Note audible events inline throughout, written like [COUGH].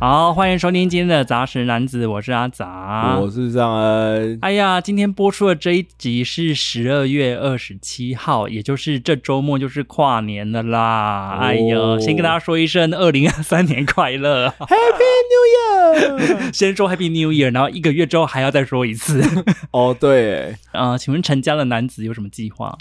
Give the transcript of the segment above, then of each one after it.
好，欢迎收听今天的杂食男子，我是阿杂。我是 [LAUGHS] 尚恩，哎呀，今天播出的这一集是十二月二十七号，也就是这周末就是跨年了啦。哦哎呦，先跟大家说一声二零二三年快乐， [LAUGHS] Happy New Year！先说 Happy New Year，然后一个月之后还要再说一次。 [LAUGHS] 哦，对，呃，请问成家的男子有什么计划？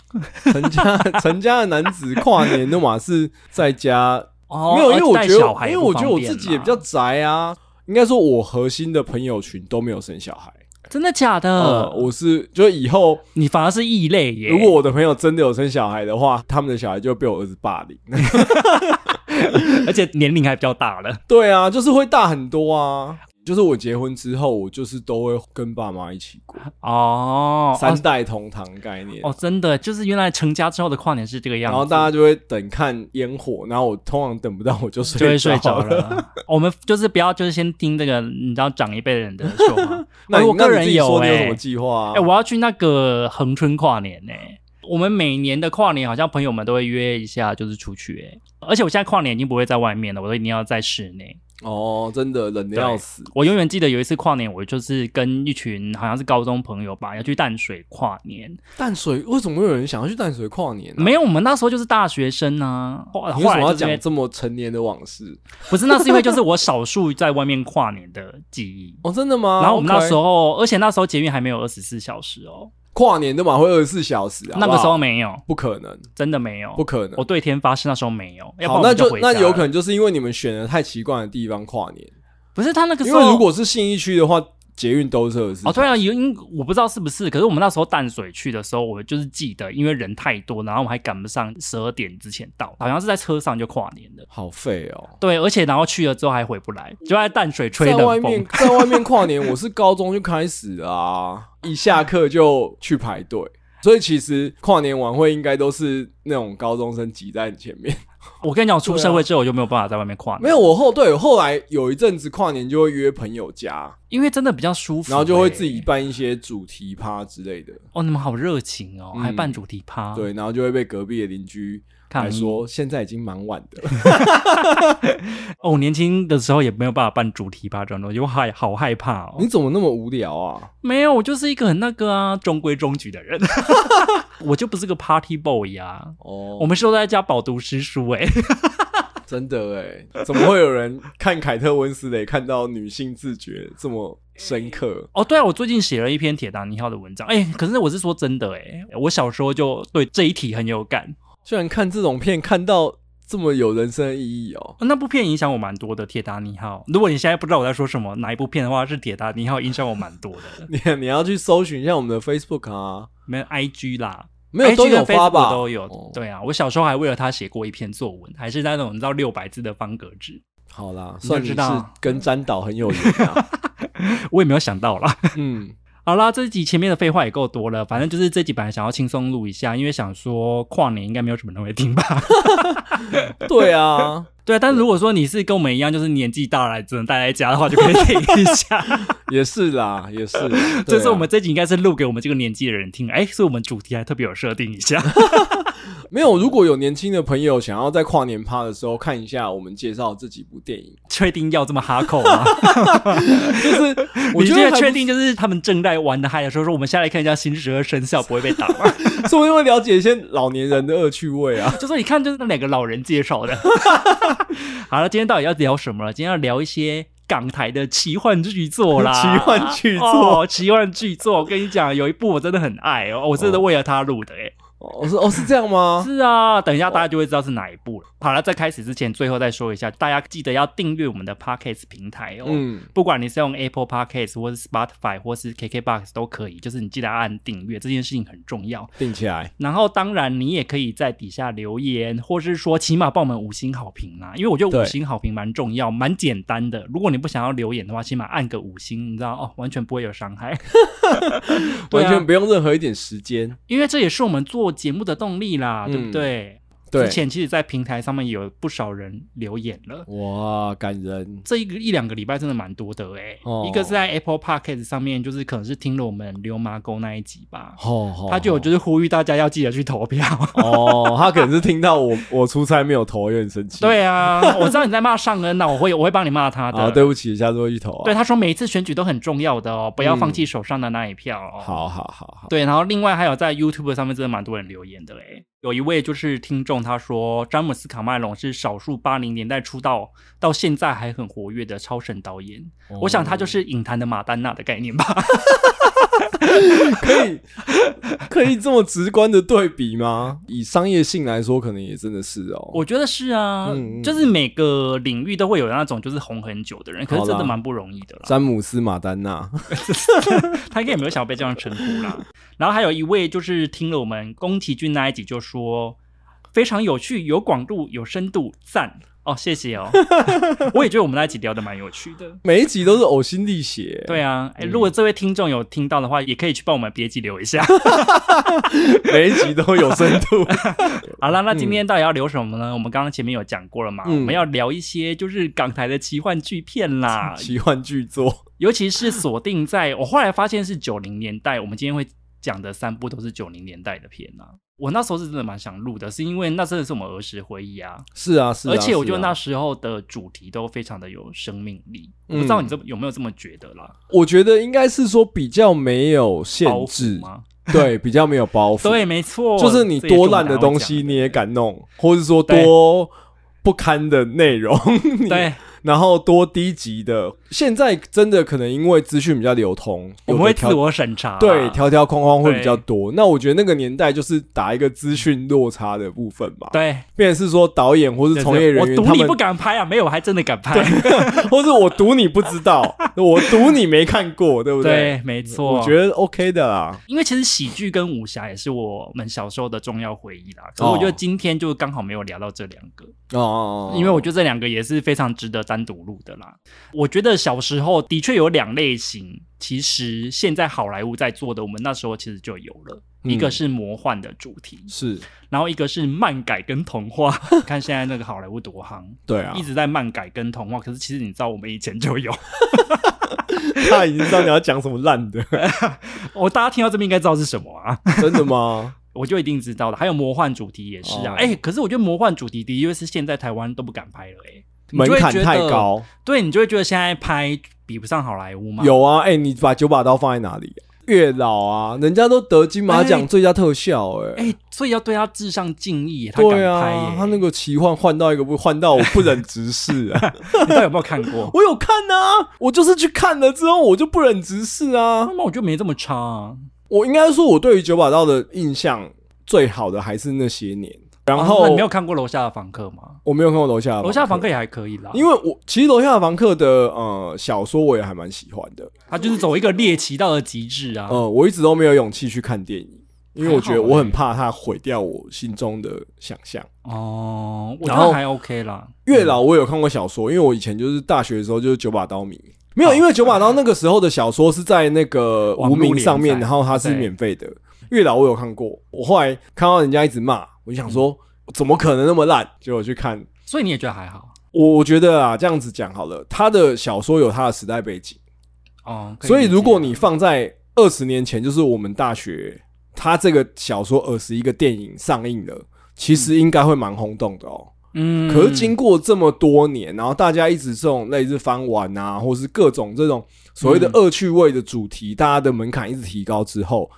陈家陈家的男子跨年的嘛是在家，哦没有，因为我带觉得小，孩因也为不我觉得方我便自己也啦比较宅啊。应该说，我核心的朋友群都没有生小孩。真的假的？呃，我是就以后你反而是异类耶。如果我的朋友真的有生小孩的嗯话，他们的小孩就会被我儿子霸凌。 [LAUGHS] 而且年龄还比较大 [LAUGHS] 了，对啊，就是会大很多啊。就是我结婚之后，我就是都会跟爸妈一起过，哦，三代同堂概念。哦，真的，就是原来成家之后的跨年是这个样啊然子，后大家就会等看烟火，然后我通常等不到我 [LAUGHS] 就就会睡睡着着。了。 [LAUGHS] 我们就是不要，就是先听这个，你知道长一辈的人的说 [LAUGHS] 法。那哎你我那个你人自己有说你有哎、什么计划啊哎、？我要去那个恒春跨年呢、我们每年的跨年好像朋友们都会约一下，就是出去哎、而且我现在跨年已经不会在外面了，我都一定要在室内。哦，真的冷的对要死。我永远记得有一次跨年，我就是跟一群好像是高中朋友吧，要去淡水跨年。淡水为什么会有人想要去淡水跨年、啊？没有，我们那时候就是大学生啊。后你为后什来么要就是因为讲这么成年的往事？。不是，那是因为就是我少数在外面跨年的记忆哦，真的吗？然后我们那 OK 时候，而且那时候捷运还没有二十四小时哦，跨年的嘛，会二十四小时啊。那个时好候不好没有，不可能，真的没有不。可能我。对天发誓，那时候没有。要不然我好，那们就就回家那了有可能就是因为你们选了太奇怪的地方跨年，不是他那个时因候，为如果是信义区的话，捷运都是二十四。哦，对啊，有因我不知道是不是，可是我们那时候淡水去的时候，我就是记得，因为人太多，然后我还赶不上十二点之前到，好像是在车上就跨年了。好废哦。对，而且然后去了之后还回不来，就在淡水吹在外冷面风。在外面跨年，我是高中就开始 [LAUGHS] 啊，一下课就去排队，所以其实跨年晚会应该都是那种高中生挤在你前面。我跟你讲，我出社会之后我就没有办法在外面跨年， [LAUGHS] 啊没有，我后对我后来有一阵子跨年就会约朋友家，因为真的比较舒服欸、然后就会自己办一些主题趴之类的，哦，你们好热情哦，嗯还办主题趴，，对，然后就会被隔壁的邻居看来说现在已经蛮晚的，哦，我年轻的时候也没有办法办主题趴这种东西，我害好害怕哦你。怎么那么无聊啊？没有，我就是一个很那个啊，中规中矩的人，我就不是个 party boy 啊。我 [LAUGHS] 哦，们是都在家饱读诗书哎、 [LAUGHS] 真的哎，怎么会有人看凯特温斯雷看到女性自觉这么深刻？哦，对啊，我最近写了一篇铁达尼号的文章哎、可是我是说真的哎、我小时候就对这一题很有感。居然看这种片看到这么有人生意义哦！哦那部片影响我蛮多的，《铁达尼号》。如果你现在不知道我在说什么哪一部片的话，是《铁达尼号》影响我蛮多的， [LAUGHS] [LAUGHS] 你你要去搜寻一下我们的 Facebook 啊，没有 IG 啦，没有 IG 都有跟发 Facebook 吧？都有。哦对啊，我小时候还为了他写过一篇作文，还是那种你知道六百字的方格纸， [LAUGHS] 好啦，你就算你知是道嗯跟詹导很有缘 [LAUGHS] 啊。我也没有想到啦。 [LAUGHS] 嗯，好啦，这集前面的废话也够多了，反正就是这集本来想要轻松录一下，因为想说跨年应该没有什么人会听吧。 [LAUGHS] 对啊，对啊，但是如果说你是跟我们一样，就是年纪大了只能待在家的话，就可以听一 [LAUGHS] 下。也是啦，也是。所以对啊说我 [LAUGHS] 们这集应该是录给我们这个年纪的人听，哎，所以我们主题还特别有设定一 [LAUGHS] 下。没有，如果有年轻的朋友想要在跨年趴的时候看一下我们介绍这几部电影，确定要这么哈口吗？ [LAUGHS] 就是 [LAUGHS] 我你觉现得在还确不定就是他们正在玩的嗨的时候，说我们下来看一下新十二生肖不会被打吗？说不定会了解一些老年人的恶趣味啊。就说你看，就是那两个老人介绍的。 [LAUGHS] 好了，今天到底要聊什么了？今天要聊一些港台的奇幻巨作啦， [LAUGHS] 奇幻巨作哦，奇幻巨作。我跟你讲，有一部我真的很爱哦，我真的为了它录的哎、我说哦，是这样吗？是啊，等一下大家就会知道是哪一部了。好了，在开始之前，最后再说一下，大家记得要订阅我们的 Podcast 平台哦。嗯，不管你是用 Apple Podcast 或是 Spotify 或是 KKBox 都可以，就是你记得按订阅这件事情很重要。定起来。然后当然你也可以在底下留言，或是说起码帮我们五星好评啦、因为我觉得五对星好评蛮重要，蛮简单的。如果你不想要留言的话，起码按个五星，你知道哦，完全不会有伤害。 [LAUGHS] 对完啊全不用任何一点时间，因为这也是我们做节目的动力啦，嗯对不对？对之前其实，在平台上面有不少人留言了。哇，感人这一个一两个礼拜真的蛮多的哎、哦一个是在 Apple Podcast 上面，就是可能是听了我们刘麻沟那一集吧，哦他就有觉就得是呼吁大家要记得去投票。 [LAUGHS] 哦，他可能是听到我我出差没有投，有点生气。对啊， [LAUGHS] 我知道你在骂尚恩呐、我会我会帮你骂他的。啊，对不起，下次会去投啊。对，他说每一次选举都很重要的哦，不要放弃手上的那一票哦。嗯好好好好，对，然后另外还有在 YouTube 上面真的蛮多人留言的嘞，有一位就是听众他说，詹姆斯卡麦隆是少数八零年代出道到现在还很活跃的超神导演，哦我想他就是影坛的马丹娜的概念吧。可以可以这么直观的对比吗？以商业性来说，可能也真的是哦。我觉得是啊，嗯嗯就是每个领域都会有那种就是红很久的人，可是真好的啦蛮不容易的啦。詹姆斯马丹娜， [LAUGHS] 他应该也没有想要被这样称呼啦。然后还有一位就是听了我们宫崎骏那一集就说非常有趣，有广度，有深度，赞哦，谢谢哦。 [LAUGHS] 我也觉得我们那一集聊的蛮有趣的。每一集都是呕心沥血。对啊，哎、如果这位听众有听到的话，也可以去帮我们别集留一下。每一集都有深 [LAUGHS] 度。好啦，那今天到底要聊什么呢？我们刚刚前面有讲过了嘛，嗯我们要聊一些就是港台的奇幻巨片 [LAUGHS] 啦，奇幻巨作，尤其是锁定在我后来发现是九零年代，我们今天会讲的三部都是九零年代的片啊。我那时候是真的蛮想录的，是因为那真的是我们儿时回忆啊，是啊，是啊。而且我觉得是啊那时候的主题都非常的有生命力。我嗯不知道你这有没有这么觉得啦？我觉得应该是说比较没有包限袱制，吗？对，比较没有包袱。对，，没错，就是你这也是我多们烂的等一东下西会讲你也敢弄，或是说对多不堪的内容，的。[LAUGHS] 对，然后多低级的。现在真的可能因为资讯比较流通，我有们的会条自我审查啊。对条条框框会比较对多。那我觉得那个年代就是打一个资讯落差的部分嘛，对，便是说导演或就是是从业人我员赌他你们不敢拍啊，没有，我还真的敢拍。或是我赌你不知 [LAUGHS] 道，我赌你没看过，对不对？对，没错。我觉得 OK 的啦。因为其实喜剧跟武侠也是我们小时候的重要回忆啦。可是我哦觉得今天就刚好没有聊到这两个，哦哦，哦因为我觉得这两个也是非常值得单独录的啦。我觉得小时候的确有两类型，其实现在好莱坞在做的，我们那时候其实就有了。嗯一个是魔幻的主题，哦是然后一个是漫改跟童 [LAUGHS] 话。看现在那个好莱坞多夯，对啊一，直在漫改跟童话。可是其实你知道，我们以前就有。他已经知道你要讲什么烂的， [LAUGHS] 我、哦大家听到这边应该知道是什么啊？真的吗？我就一定知道的。还有魔幻主题也是啊，哦哎、可是我觉得魔幻主题的确是现在台湾都不敢拍了、哎，门槛你就会觉得太，高。对你就会觉得现在拍比不上好莱坞嘛。有啊，哎、你把九把刀放在哪里、月老啊，人家都得金马哎奖最佳特效、哎、哎、所以要对他致上敬意，哎他敢拍对耶、啊，他那个奇幻换到一个不换到我不忍直视 [LAUGHS] 啊！你到底有没有看过？ [LAUGHS] 我有看啊，我就是去看了之后我就不忍直视啊那。么我觉得没这么差、啊。我应该说，我对于九把刀的印象最好的还是那些年。然啊那后你没有看过楼下的房客吗？我没有看过楼下的楼下的房房客，客也还可以啦，因为我其实楼下的房客的呃小说我也还蛮喜欢的。他就是走一个猎奇到了极致啊。呃，我一直都没有勇气去看电影，因为我觉还得好我欸很怕它毁掉我心中的想象。哦，我觉然后得还 OK 啦。月嗯老我有看过小说，因为我以前就是大学的时候就是九把刀迷。没有，哦因为九把刀那个时候的小说是在那个网无络名上面，连载然后它是对免费的。月老我有看过，我后来看到人家一直骂，我就想说嗯怎么可能那么烂？结果去看，所以你也觉得还好我我觉得啊，这样子讲好了，他的小说有他的时代背景，哦。可所以理解如果你放在二十年前，就是我们大学，他这个小说二十一个电影上映了，其实应该会蛮轰动的哦。嗯，可是经过这么多年，然后大家一直这种类似翻玩啊，或是各种这种所谓的嗯恶趣味的主题，大家的门槛一直提高之后，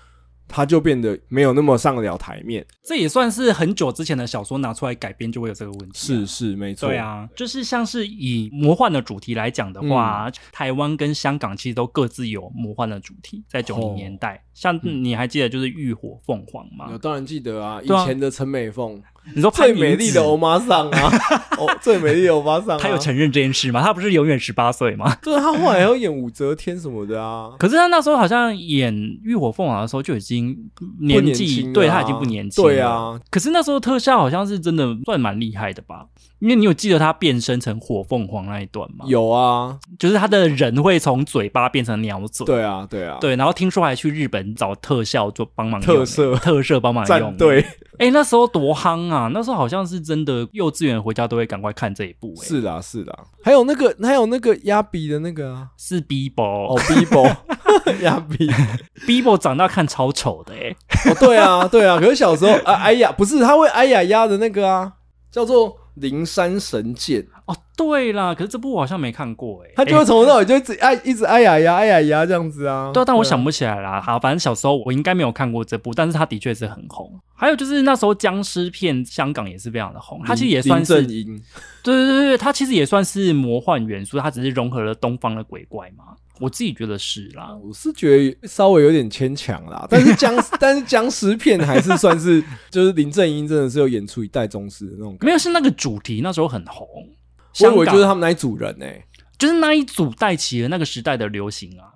它就变得没有那么上得了台面。这也算是很久之前的小说拿出来改编就会有这个问题、啊是，是，没错。对，啊，就是像是以魔幻的主题来讲的嗯话，台湾跟香港其实都各自有魔幻的主题，在九零年哦代，像你还记得就是浴火凤凰吗？当然记得啊，以对啊前的陈美凤，你说潘最迎紫美丽的欧，妈桑啊， [LAUGHS] 哦，最美丽的欧妈桑、啊，他有承认这件事吗？他不是永远十八岁 [LAUGHS] 吗？对他后来还要演武则天什么的啊，可是他那时候好像演《浴火凤凰》的时候就已经不 [LAUGHS] 年年纪，轻了啊对他已经不年轻了。对啊，可是那时候特效好像是真的算蛮厉害的吧？因为你有记得他变身成火凤凰那一段吗？有啊，就是他的人会从嘴巴变成鸟嘴。对啊，对啊，，对然后听说还去日本找特效做帮忙用特摄特摄帮忙用战队哎、诶那时候多夯啊，那时候好像是真的，幼稚园回家都会赶快看这一部、欸，是啦是啦，还有那个还有那个压比的那个啊，是 Bibo，Bibo、哦 [LAUGHS] ，Bibo 压比， Bibo 长大看超丑的哎、哦对啊对啊，可是小时候啊哎呀不是，他会哎呀呀的那个啊，叫做灵山神剑，哦，对啦，可是这部我好像没看过哎、欸，他就会欸从头到尾就一直哎一直哎呀呀哎呀呀这样子啊，对啊，但我啊想不起来啦。好，反正小时候我应该没有看过这部，但是它的确是很红。还有就是那时候僵尸片香港也是非常的红，它其实也算是林正英对对对对，它其实也算是魔幻元素，它只是融合了东方的鬼怪嘛。我自己觉得是啦，我是觉得稍微有点牵强啦，但是僵但是僵尸片还是算是，就是林正英真的是有演出一代宗师的那种感没有是那个主题那时候很红，觉。香我以为港就是他们那一组人呢、就是那一组带起了那个时代的流行啊。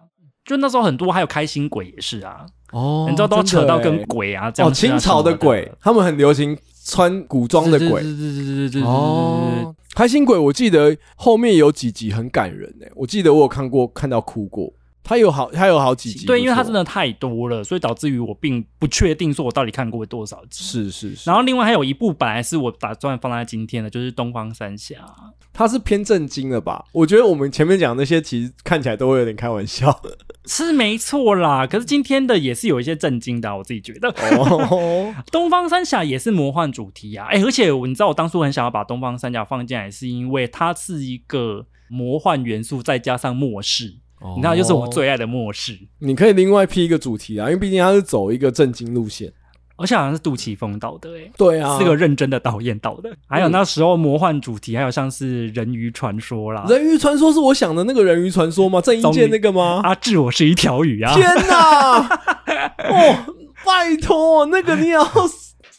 就那时候很多，还有开心鬼也是啊，哦你知道都要扯到真的跟欸鬼啊，这样哦清朝的鬼，他们很流行穿古装的对鬼对对对对对哦。开心鬼，我记得后面有几集很感人呢、我记得我有看过，看到哭过。他有好，他有好几集不错，对，因为它真的太多了，所以导致于我并不确定说我到底看过多少集。是是是，然后另外还有一部本来是我打算放在今天的，就是《东方三侠》。他是偏正经的吧？我觉得我们前面讲那些其实看起来都会有点开玩笑。是没错啦，可是今天的也是有一些震惊的啊、我自己觉得，《哦，东方三侠》也是魔幻主题啊，哎、而且我你知道我当初很想要把《东方三侠》放进来，是因为它是一个魔幻元素，再加上末世，哦你知道，哦就是我最爱的末世，你可以另外批一个主题啊，因为毕竟他是走一个正经路线。而且好像是杜琪峰导的、欸，对哎、啊，是个认真的导演导的，还有那时候魔幻主题，还有像是人鱼传说啦，人鱼传说是我想的那个人鱼传说吗？郑伊健那个吗？阿志啊我是一条鱼啊，天 [LAUGHS] 哪！哦，拜托，那个你要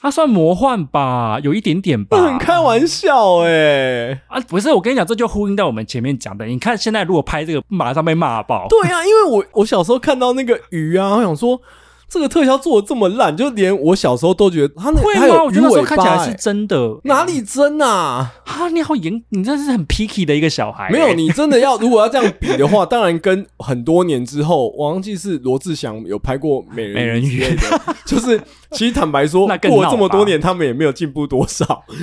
它算魔幻吧，有一点点吧，很开玩笑哎、啊，不是，我跟你讲，这就呼应到我们前面讲的。你看，现在如果拍这个，马上被骂爆。对啊，因为我我小时候看到那个鱼啊，我想说这个特效做的这么烂，就连我小时候都觉得他那会还吗？有我鱼觉得那时候尾看起巴、来是欸，真的。哪里真啊？啊？你好严，你真是很 picky 的一个小孩、没有，欸你真的要 [LAUGHS] 如果要这样比的话，当然跟很多年之后，我忘记是罗志祥有拍过美人美人鱼之类 [LAUGHS] 的，就是其实坦白说，那更过了闹这么吧多年，他们也没有进步多少。 [LAUGHS]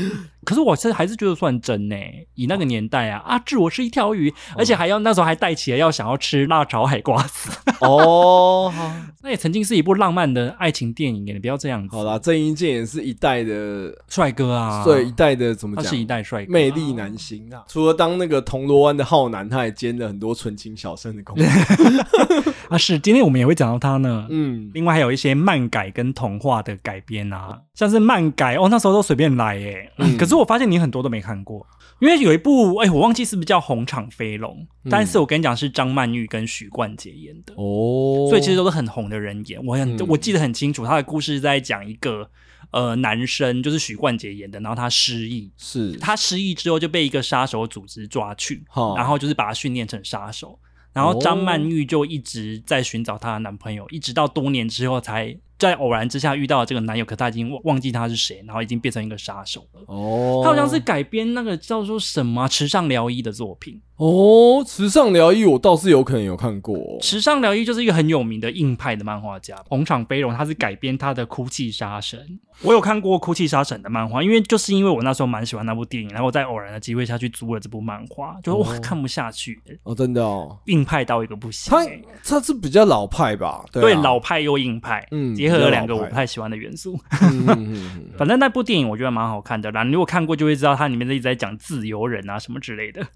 可是我是还是觉得算真呢、以哦那个年代啊，阿志我是一条鱼，而且还要那时候还带起来要想要吃辣炒海瓜 [LAUGHS] 子，哦，那也曾经是一部浪漫的爱情电影耶，欸你不要这样子。好，啦，郑伊健也是一代的，帅哥啊，对一，代的怎么他是一讲？代啊帅哥、魅力。男星啊，除了当那个铜锣湾的浩南，他也兼了很多纯情小生 [LAUGHS] 的工作。啊，是，今天我们也会讲到他呢。嗯，另外还有一些漫改跟童话的改编啊，像是漫改哦，那时候都随便来耶、[LAUGHS] 嗯可是我发现你很多都没看过，因为有一部哎、我忘记是不是叫《红场飞龙》，但是我跟你讲是张曼玉跟许冠杰演的，嗯哦所以其实都是很红的人演。我很、嗯我记得很清楚，他的故事是在讲一个呃男生，就是许冠杰演的，然后他失忆，是他失忆之后就被一个杀手组织抓去，好然后就是把他训练成杀手。然后张曼玉就一直在寻找她的男朋友，一直到多年之后才在偶然之下遇到了这个男友，可她已经忘忘记他是谁，然后已经变成一个杀手了。哦她好像是改编那个叫做什么啊池上辽一的作品，哦，时尚疗愈我倒是有可能有看过哦、池上辽一就是一个很有名的硬派的漫画家，红场飞龙他是改编他的《哭泣杀神》，我有看过《哭泣杀神》的漫画，因为就是因为我那时候蛮喜欢那部电影，然后我在偶然的机会下去租了这部漫画，就哇哦看不下去，哦，真的哦，硬派到一个不行、欸他他是比较老派吧？对,、啊对老，派又硬派，嗯结合了两个比较老我派不太喜欢的元素。嗯嗯嗯嗯反正那部电影我觉得蛮好看的啦，你如果看过就会知道它里面一直在讲自由人啊什么之类的。 [LAUGHS]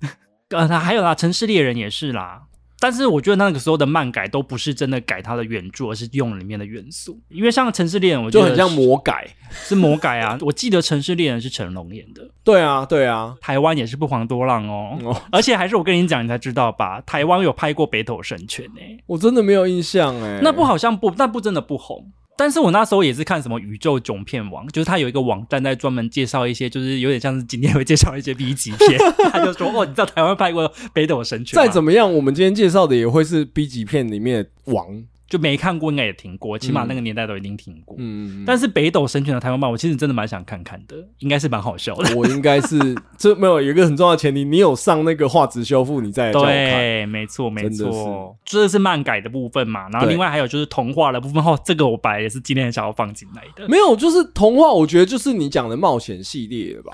呃，它还有啦，《城市猎人》也是啦。但是我觉得那个时候的漫改都不是真的改它的原著，而是用里面的元素。因为像《城市 [LAUGHS] 猎人》，我觉就得很像魔改。是魔改啊。 [LAUGHS] 我记得《城市猎人》是成龙演的，对啊，对啊，台湾也是不遑多让哦。 [LAUGHS] 哦而且还是我跟你讲，你才知道吧，台湾有拍过《北斗神拳、欸》呢。我真的没有印象哎、那部好像不，那部真的不红。但是我那时候也是看什么宇宙囧片网，就是它有一个网站在专门介绍一些，就是有点像是今天会介绍一些 B 级 [LAUGHS] 片，他就说哦，你知道台湾拍过《北斗神拳》吗？再怎么样，我们今天介绍的也会是 B 级片里面的王。就没看过应该也听过，起码那个年代都已经听过。嗯，但是北斗神拳的台湾版，我其实真的蛮想看看的，应该是蛮好 [LAUGHS] 笑的。我应该是这没有有一个很重要的前提，你有上那个画质修复，你再来叫我看。对，没错，没真的错，这是漫改的部分嘛。然后对另外还有就是童话的部分，哦，这个我本来也是今天很想要放进来的，没有，就是童话，我觉得就是你讲的冒险系列的吧。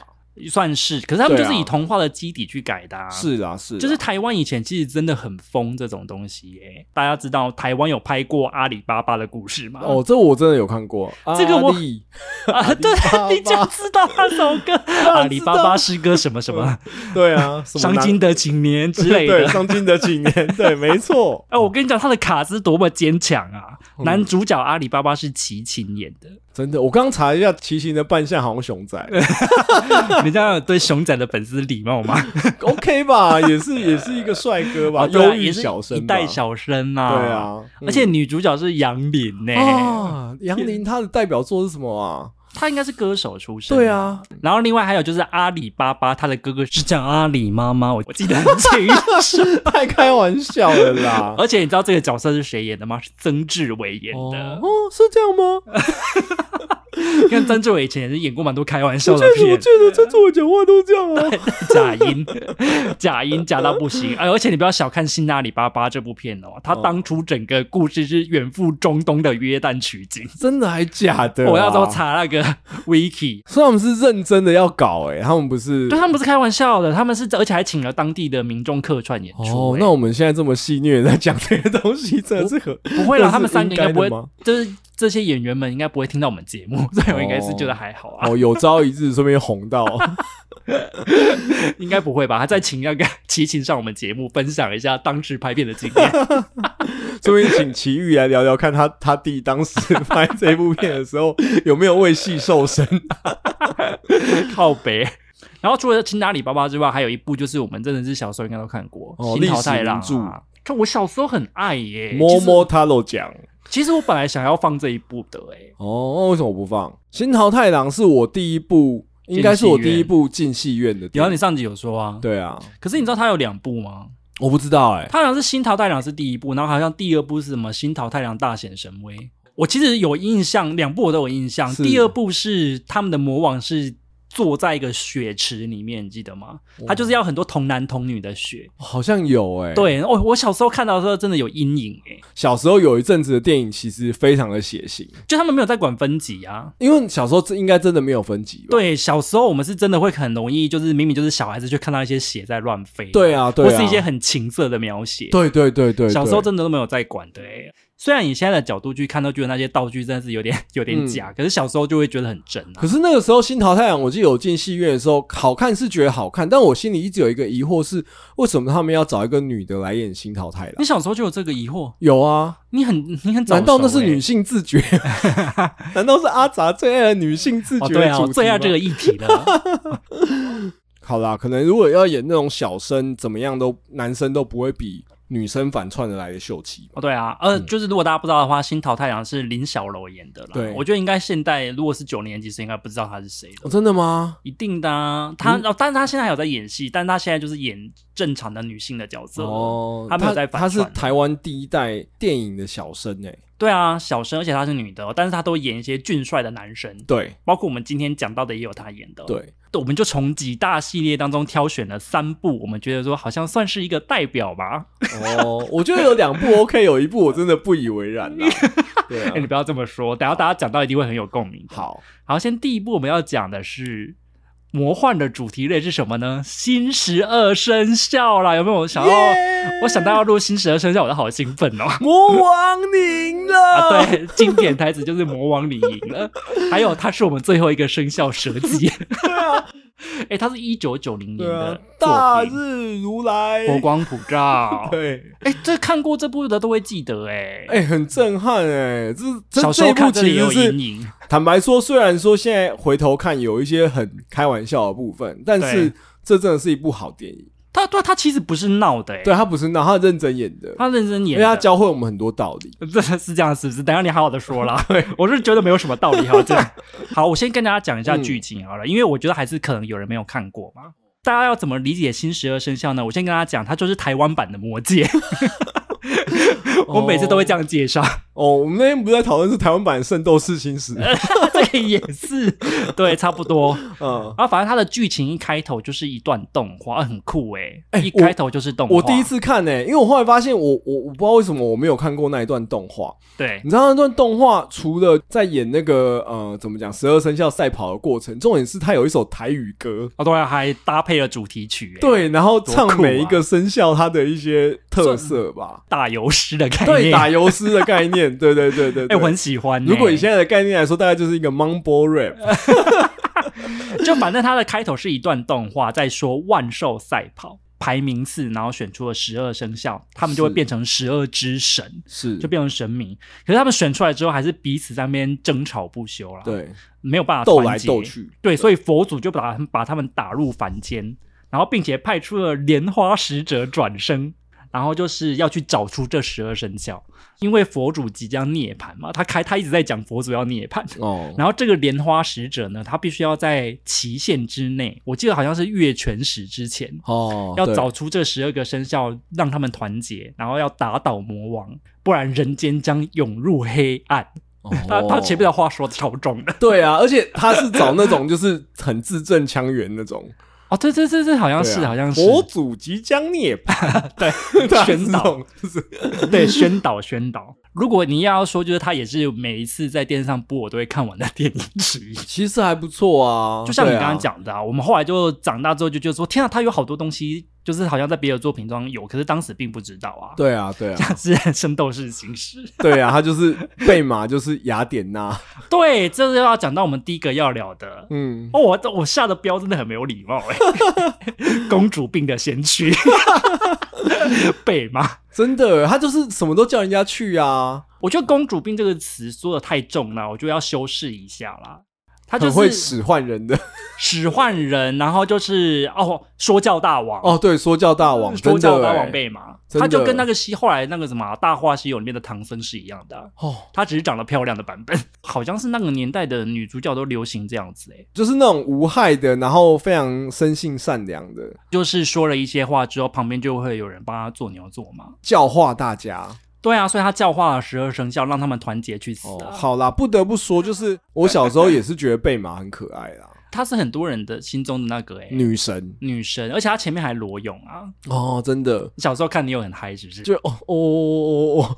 算是。可是他们就对啊是以童话的基底去改的、啊，是啊，是啊，就是台湾以前其实真的很疯这种东西耶、大家知道台湾有拍过阿里巴巴的故事吗？哦，这我真的有看过。这个我阿力 [LAUGHS] 啊，对巴，巴你就知道那首 [LAUGHS] 歌《阿里巴巴诗歌》什么什么对啊， [LAUGHS] 什么伤男筋的青年之类对的。伤筋的青年，对，没错。哎、我跟你讲，他的卡是多么坚强啊！嗯男主角阿里巴巴是齐秦演 [LAUGHS] 的，真的，我刚查一下，骑行的扮相好像熊仔 [LAUGHS] 你这样有对熊仔的粉丝礼 [LAUGHS] 貌吗？ ，OK 吧？也是也是一个帅哥吧，哦 [LAUGHS] 对啊忧郁、也是小生吧，一代小生啊，对啊，嗯而且女主角是杨林呢、啊，杨林他的代表作是什么啊？她应该是歌手出身、对，啊，然后另外还有就是阿里巴巴，他的哥哥是叫阿里妈妈，我我记得 [LAUGHS] 很清楚。太开玩笑了 [LAUGHS] 啦。而且你知道这个角色是谁演的吗？是曾志伟演的。哦，是这样吗？因为曾志伟以前也是演过蛮多开 [LAUGHS] 玩笑我的确实，我片记，得这次我讲话都这样啊。假音，假音假到不行。哎，而且你不要小看《新阿里巴巴》这部片哦，他当初整个故事是远赴中东的约旦取景。真的还假的啊？我要都查那个 [LAUGHS] wiki，所以他们是认真的要搞哎，他们不是对啊他们不是开玩笑的，他们是而且还请了当地的民众客串演出。哦，那我们现在这么戏虐在讲这些东西，真的是很不会啦， [LAUGHS] 那是他们三个应该不会应该的吗，就是这些演员们应该不会听到我们节目，所以我应该是觉得还好啊，哦，有朝一日顺便红到 [LAUGHS] 应该不会吧？他再请那个齐秦上我们节目，分享一下当时拍片的经 [LAUGHS] 验。 [LAUGHS] 顺便请齐豫来聊聊，看他他弟当时拍这部片的时候有没有为戏瘦 [LAUGHS] 身。靠北。然后除了《亲阿里巴巴》之外，还有一部就是我们真的是小时候应该都看过哦《新桃太郎历史》名啊。这我小时候很爱耶、摸摸他都讲其实。其实我本来想要放这一部的哎、哦，为什么不放《新桃太郎》是我第一部，应该是我第一部进戏院的电然后影。你上集有说啊，。对啊，可是你知道它有两部吗？我不知道哎、他好像是《新桃太郎》是第一部，然后好像第二部是什么《新桃太郎大显神威》。我其实有印象，两部我都有印象。是第二部是他们的魔王是坐在一个血池里面，你记得吗？他就是要很多童男童女的血。好像有哎、，对，哦，我小时候看到的时候真的有阴影欸诶、小时候有一阵子的电影其实非常的血腥，就他们没有在管分级啊。因为小时候这应该真的没有分级吧？对，小时候我们是真的会很容易，就是明明就是小孩子，却看到一些血在乱飞，对啊，对或啊，是一些很情色的描写。对对对对对，小时候真的都没有在管的、欸。虽然你现在的角度去看，都觉得那些道具真的是有点有点假，可是小时候就会觉得很真啊嗯可。是那个时候《新桃太阳》，我记得有进戏院的时候，好看是觉得好看，但我心里一直有一个疑惑是，为什么他们要找一个女的来演新桃太你郎？小时候 [LAUGHS] 就有这个疑惑，有啊，你很你很早、欸，难道那是女？性 [LAUGHS] 自觉？难道是阿杂最爱的女性自哦，觉对啊，的主题吗、我最爱这个议题啊了。好啦，可能如果要演那种小生，怎么样都男生都不会比女生反串的来的秀气。哦，对啊， [LAUGHS] 嗯呃，就是如果大家不知道的话，《新桃太郎》是林小楼演的啦。对我觉得应该现代如果是九年级生，应该不知道他是谁哦、嗯了。真的吗？一定的、啊，他、哦，但是他现在还有在演戏，但他现在就是演正常的女性的角色了。哦，他没有在反他是串台湾第一代电影的小生欸诶、对啊，小生，而且她是女的哦，但是她都演一些俊帅的男生。对包括我们今天讲到的也有他演的、哦对，对，我们就从几大系列当中挑选了三部，我们觉得说好像算是一个代表吧。哦，我觉得有两部 OK，有一部我真的不以为然 [LAUGHS] 啦。对哎、啊，你不要这么说，等下大家讲到一定会很有共鸣。，好，好，先第一部我们要讲的是魔幻的主题类是什么呢？新十二生肖啦，有没有想到？我想到要录新十二生肖，我都好兴奋哦。 [LAUGHS] 魔王赢了啊，，对，经典台词就是魔王你赢了，还有它是我们最后一个生肖蛇 [LAUGHS] 姬，对啊，哎、它是一九九零年对啊的，大作品，日如来，佛光普 [LAUGHS] 照，对，哎、这看过这部的都会记得哎、哎，很震撼哎，这小这时候这看部这里其有实阴是影，坦白说，虽然说现在回头看有一些很开玩笑的部分，但是对这真的是一部好电影。他对他其实不是闹的哎、对他啊不是闹，他认真演的，他认真因演为的，他教会我们很多道理。这是这样是不是？等一下你好好的说 [LAUGHS] 啦，我是觉得没有什么道理哈。这样好，我先跟大家讲一嗯下剧情好了，因为我觉得还是可能有人没有看过嘛。大家要怎么理解新十二生肖呢？我 [LAUGHS] [LAUGHS] 先跟大家讲，它就是台湾版的魔戒。我每次都会这样介绍，哦，我们那天不是在讨论是台湾版《圣斗 [LAUGHS] 士星矢》哦这个也是，对，差不多。嗯，然后反正它的剧情一开头就是一段动画，啊很酷哎、哎一开头就是动画。我第一次看呢、因为我后来发现我我我不知道为什么我没有看过那一段动画。对你知道那段动画除了在演那个呃怎么讲十二生肖赛跑的过程，重点是它有一首台语歌，哦，对啊，还搭配了主题曲、哎，对，然后多唱酷啊每一个生肖它的一些特色吧，打油诗的概念，对，打油诗的 [LAUGHS] 概念，对对对对啊哎、对。我很喜欢、如果以以前现在的概念来说，大概就是一个 mumble rap，就反正它的开头是一段动画，在说万兽赛跑。排名次，然后选出了十二生肖，他们就会是变成十二之神，是就变成神明。可是他们选出来之后，还是彼此在那边争吵不休啦，，对没有办法斗团来结斗去，对，所以佛祖就把他们把他们打入凡间，然后并且派出了莲花使者转生，然后就是要去找出这十二生肖，因为佛祖即将涅槃嘛，他开他一直在讲佛祖要涅槃。哦， [LAUGHS] 然后这个莲花使者呢，他必须要在期限之内，我记得好像是月全食之前，哦，要对找出这十二个生肖，让他们团结，然后要打倒魔王，不然人间将涌入黑暗。他他前面哦的话说的超重的，对啊，而且他是找那种就是很字正腔圆那种， [LAUGHS] 哦，对对对对，好像对是、啊好像是佛祖即将涅 [LAUGHS] 槃，对啊他是宣这导，种就是对宣导宣导。如果你要说，就是它也是每一次在电视上播，我都会看完的电影之一。其实还不错啊，就像你对啊刚刚，讲的啊，我们后来就长大之后就觉得说，天啊，它有好多东西，就是好像在别的作品中有，可是当时并不知道啊。，对啊，对啊， [LAUGHS] 像是《圣斗士星矢》。对啊，他就是贝马就是雅典娜，对，这就要讲到我们第一个要聊的。嗯，哦，我我下的标真的很没有礼貌哎、公主病的先驱，被骂。真的，他就是什么都叫人家去啊，我觉得“公主病”这个词说的太重了，我觉得要修饰一下啦。他就很会是使唤人的 [LAUGHS] 使唤人，然后就是哦，说教大王哦，对，说教大 [LAUGHS] 王，说真教的大欸王贝玛，真的他就跟那个西后来那个什么啊《大话西游》里面的唐僧是一样的啊，哦，他只是长得漂亮的版本， [LAUGHS] 好像是那个年代的女主角都流行这样子诶、欸就是那种无害的，然后非常生性善良的，就是说了一些话之后，旁边就会有人帮他做牛做马。教化大家。对啊，所以他教化了十二生肖，让他们团结去死哦，啊。好啦，不得不说，就是我小时候也是觉得贝玛很可爱 [LAUGHS] 啦，她是很多人的心中的那个诶、女神女神，而且她前面还裸泳啊。哦，真的。小时候看你有很嗨是不是？就哦哦哦哦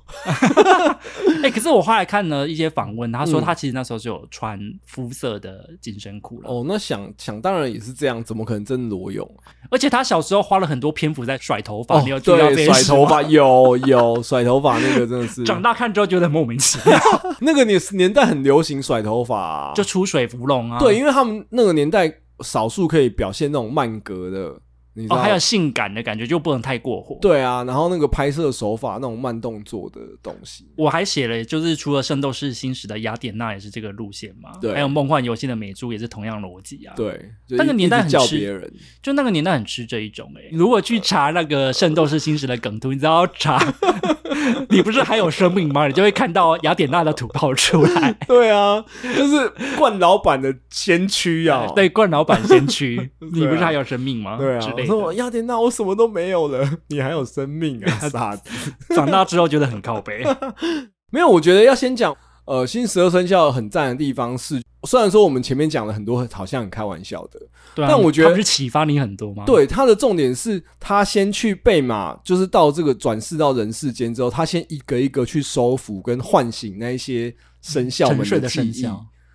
哎、可是我后来看了一些访问，他说嗯他其实那时候就有穿肤色的紧身裤了，哦，那想想当然也是这样，怎么可能真裸泳？而且他小时候花了很多篇幅在甩头发，哦你有，注意到这对，件甩事吗 [LAUGHS] 头发，有有甩头发那个真的是，长大看之后觉得很莫名其 [LAUGHS] 妙，那个年年代很流行甩头发、啊，就出水芙蓉啊，对，，因为他们那个年代少数可以表现那种慢格的，你知道哦，还有性感的感觉就不能太过火。，对啊，然后那个拍摄手法那种慢动作的东西，我还写了，就是除了《圣斗士星矢》的雅典娜也是这个路线嘛，对还有《梦幻游戏》的美珠也是同样逻辑啊。，对，就那个一年代一直很叫吃别人，就那个年代很吃这一种哎、如果去查那个《圣斗士星矢》的梗图，你知道查 [LAUGHS] 你不是还有生命吗？你就会看到雅典娜的图跑出 [LAUGHS] 来，对啊，就是冠老板的先驱啊， [LAUGHS] 对，冠老板先 [LAUGHS] 驱，你不是还有生命吗？对之啊，我类说我的。雅典娜，我什么都没有了，你还有生命 [LAUGHS] 啊，傻子。长大之后觉得很靠 [LAUGHS] 背，没有，我觉得要先讲，呃，新十二生肖很赞的地方是，虽然说我们前面讲了很多好像很开玩笑的，对啊。但我觉得他不是启发你很多吗？，对，它的重点是他先去贝马，就是到这个转世到人世间之后，他先一个一个去收服跟唤醒那一些生肖沉们睡的的记生忆。肖。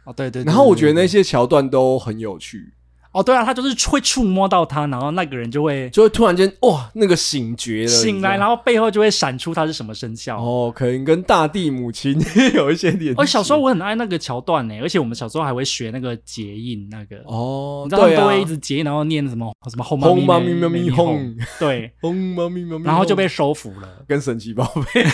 哦，对对对然后我觉得那对对些桥段都很有趣，对哦，对啊，他就是会触摸到他，然后那个人就会就会突然间哇，那个醒觉了，醒来，然了。后背后就会闪出他是什么生肖。哦，可能跟大地母亲 [LAUGHS] 有一些联系。哦，小时候我很爱那个桥段欸呢，而且我们小时候还会学那个结印那个哦你，知道他对们都啊，会一直结，然后念什么什么后妈轰妈咪咪妈咪咪咪轰，对，轰妈咪妈咪，然后就轰被收服了。跟神奇宝 [LAUGHS] 贝、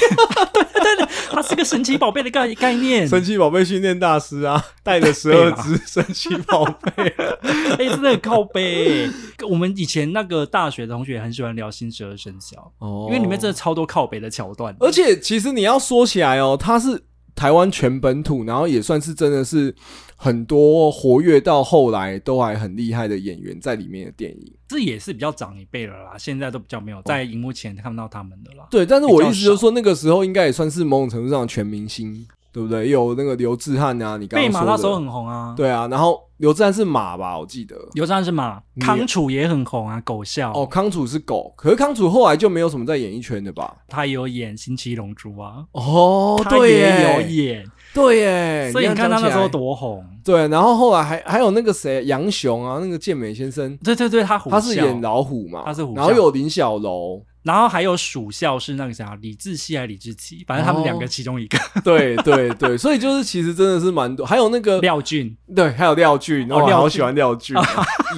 它是个神奇宝贝的概概念，神奇宝贝训练大 [LAUGHS] 师啊，带着十二只神奇宝贝，哎，真的很靠背。我们以前那个大学同学也很喜欢聊新十二生肖，哦因为里面真的超多靠北的桥段。而且其实你要说起来哦，它是台湾全本土，然后也算是真的是很多活跃到后来都还很厉害的演员在里面的电影。这也是比较长一辈了啦，现在都比较没有在荧幕前看不到他们的啦。对，但是我意思就是比较说，那个时候应该也算是某种程度上的全明星，对不对？也有那个刘志汉啊，你刚贝刚马说那的，时候很红啊，，对啊，然后刘志汉是马吧，我记得。有这样是马你康楚也很红啊，狗笑哦，康楚是狗，可是康楚后来就没有什么在演艺圈的吧？他也有演《新七龙珠》啊，哦，他对也有耶，演，对耶，所以你看他那时候多。多红。对，然后后来还还有那个谁杨雄啊，那个健美先生，对对对，他虎他是啸演老虎嘛，他是虎啸然后有林 [LAUGHS] 小楼，然后还有属校是那个啥李志熙还是李志奇，反正他们两个其中一个、对对对，所以就是其实真的是蛮多，还有那个廖俊，对，还有廖俊，哦我廖好俊喜欢 [LAUGHS] 廖俊，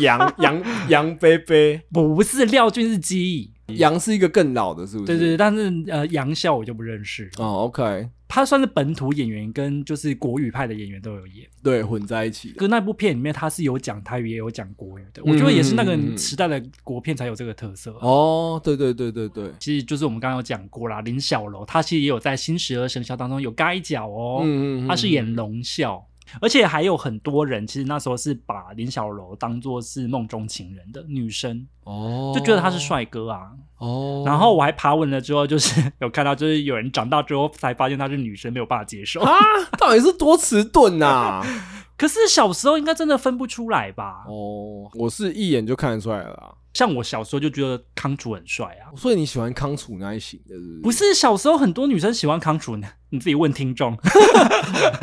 杨杨杨贝贝，不是廖俊是基忆，杨是一个更老的，是不是？对对，对，但是呃杨笑我就不认识，哦，OK，他算是本土演员跟就是国语派的演员都有演。对，混在一起的，跟那部片里面他是有讲台语也有讲国语的，嗯我觉得也是那个嗯嗯嗯时代的国片才有这个特色。哦，对对对对对，其实就是我们刚刚有讲过啦，林小楼他其实也有在《新十二生肖》当中有盖角哦，嗯他是演龙笑，而且还有很多人其实那时候是把林小楼当做是梦中情人的女生，哦，就觉得他是帅哥啊。哦，然后我还爬文了之后，就是 [LAUGHS] 有看到就是有人长大之后才发现他是女生，没有办法接受。啊，到底是多迟钝啊呐？ [LAUGHS] 可是小时候应该真的分不出来吧？哦，我是一眼就看得出来了啦。像我小时候就觉得康楚很帅啊。所以你喜欢康楚那一型的，是不是？是小时候很多女生喜欢康楚呢，你自己问听 [LAUGHS] 众。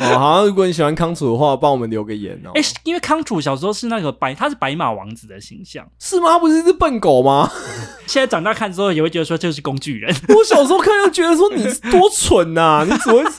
哦，好，如果你喜欢康楚的话，帮我们留个言哦。哎、因为康楚小时候是那个白，他是白马王子的形象，是吗？不是一只笨狗吗？ [LAUGHS] 现在长大看之后也会觉得说这是工具人。我小时候看就觉得说你多蠢呐、你怎 [LAUGHS] 么会？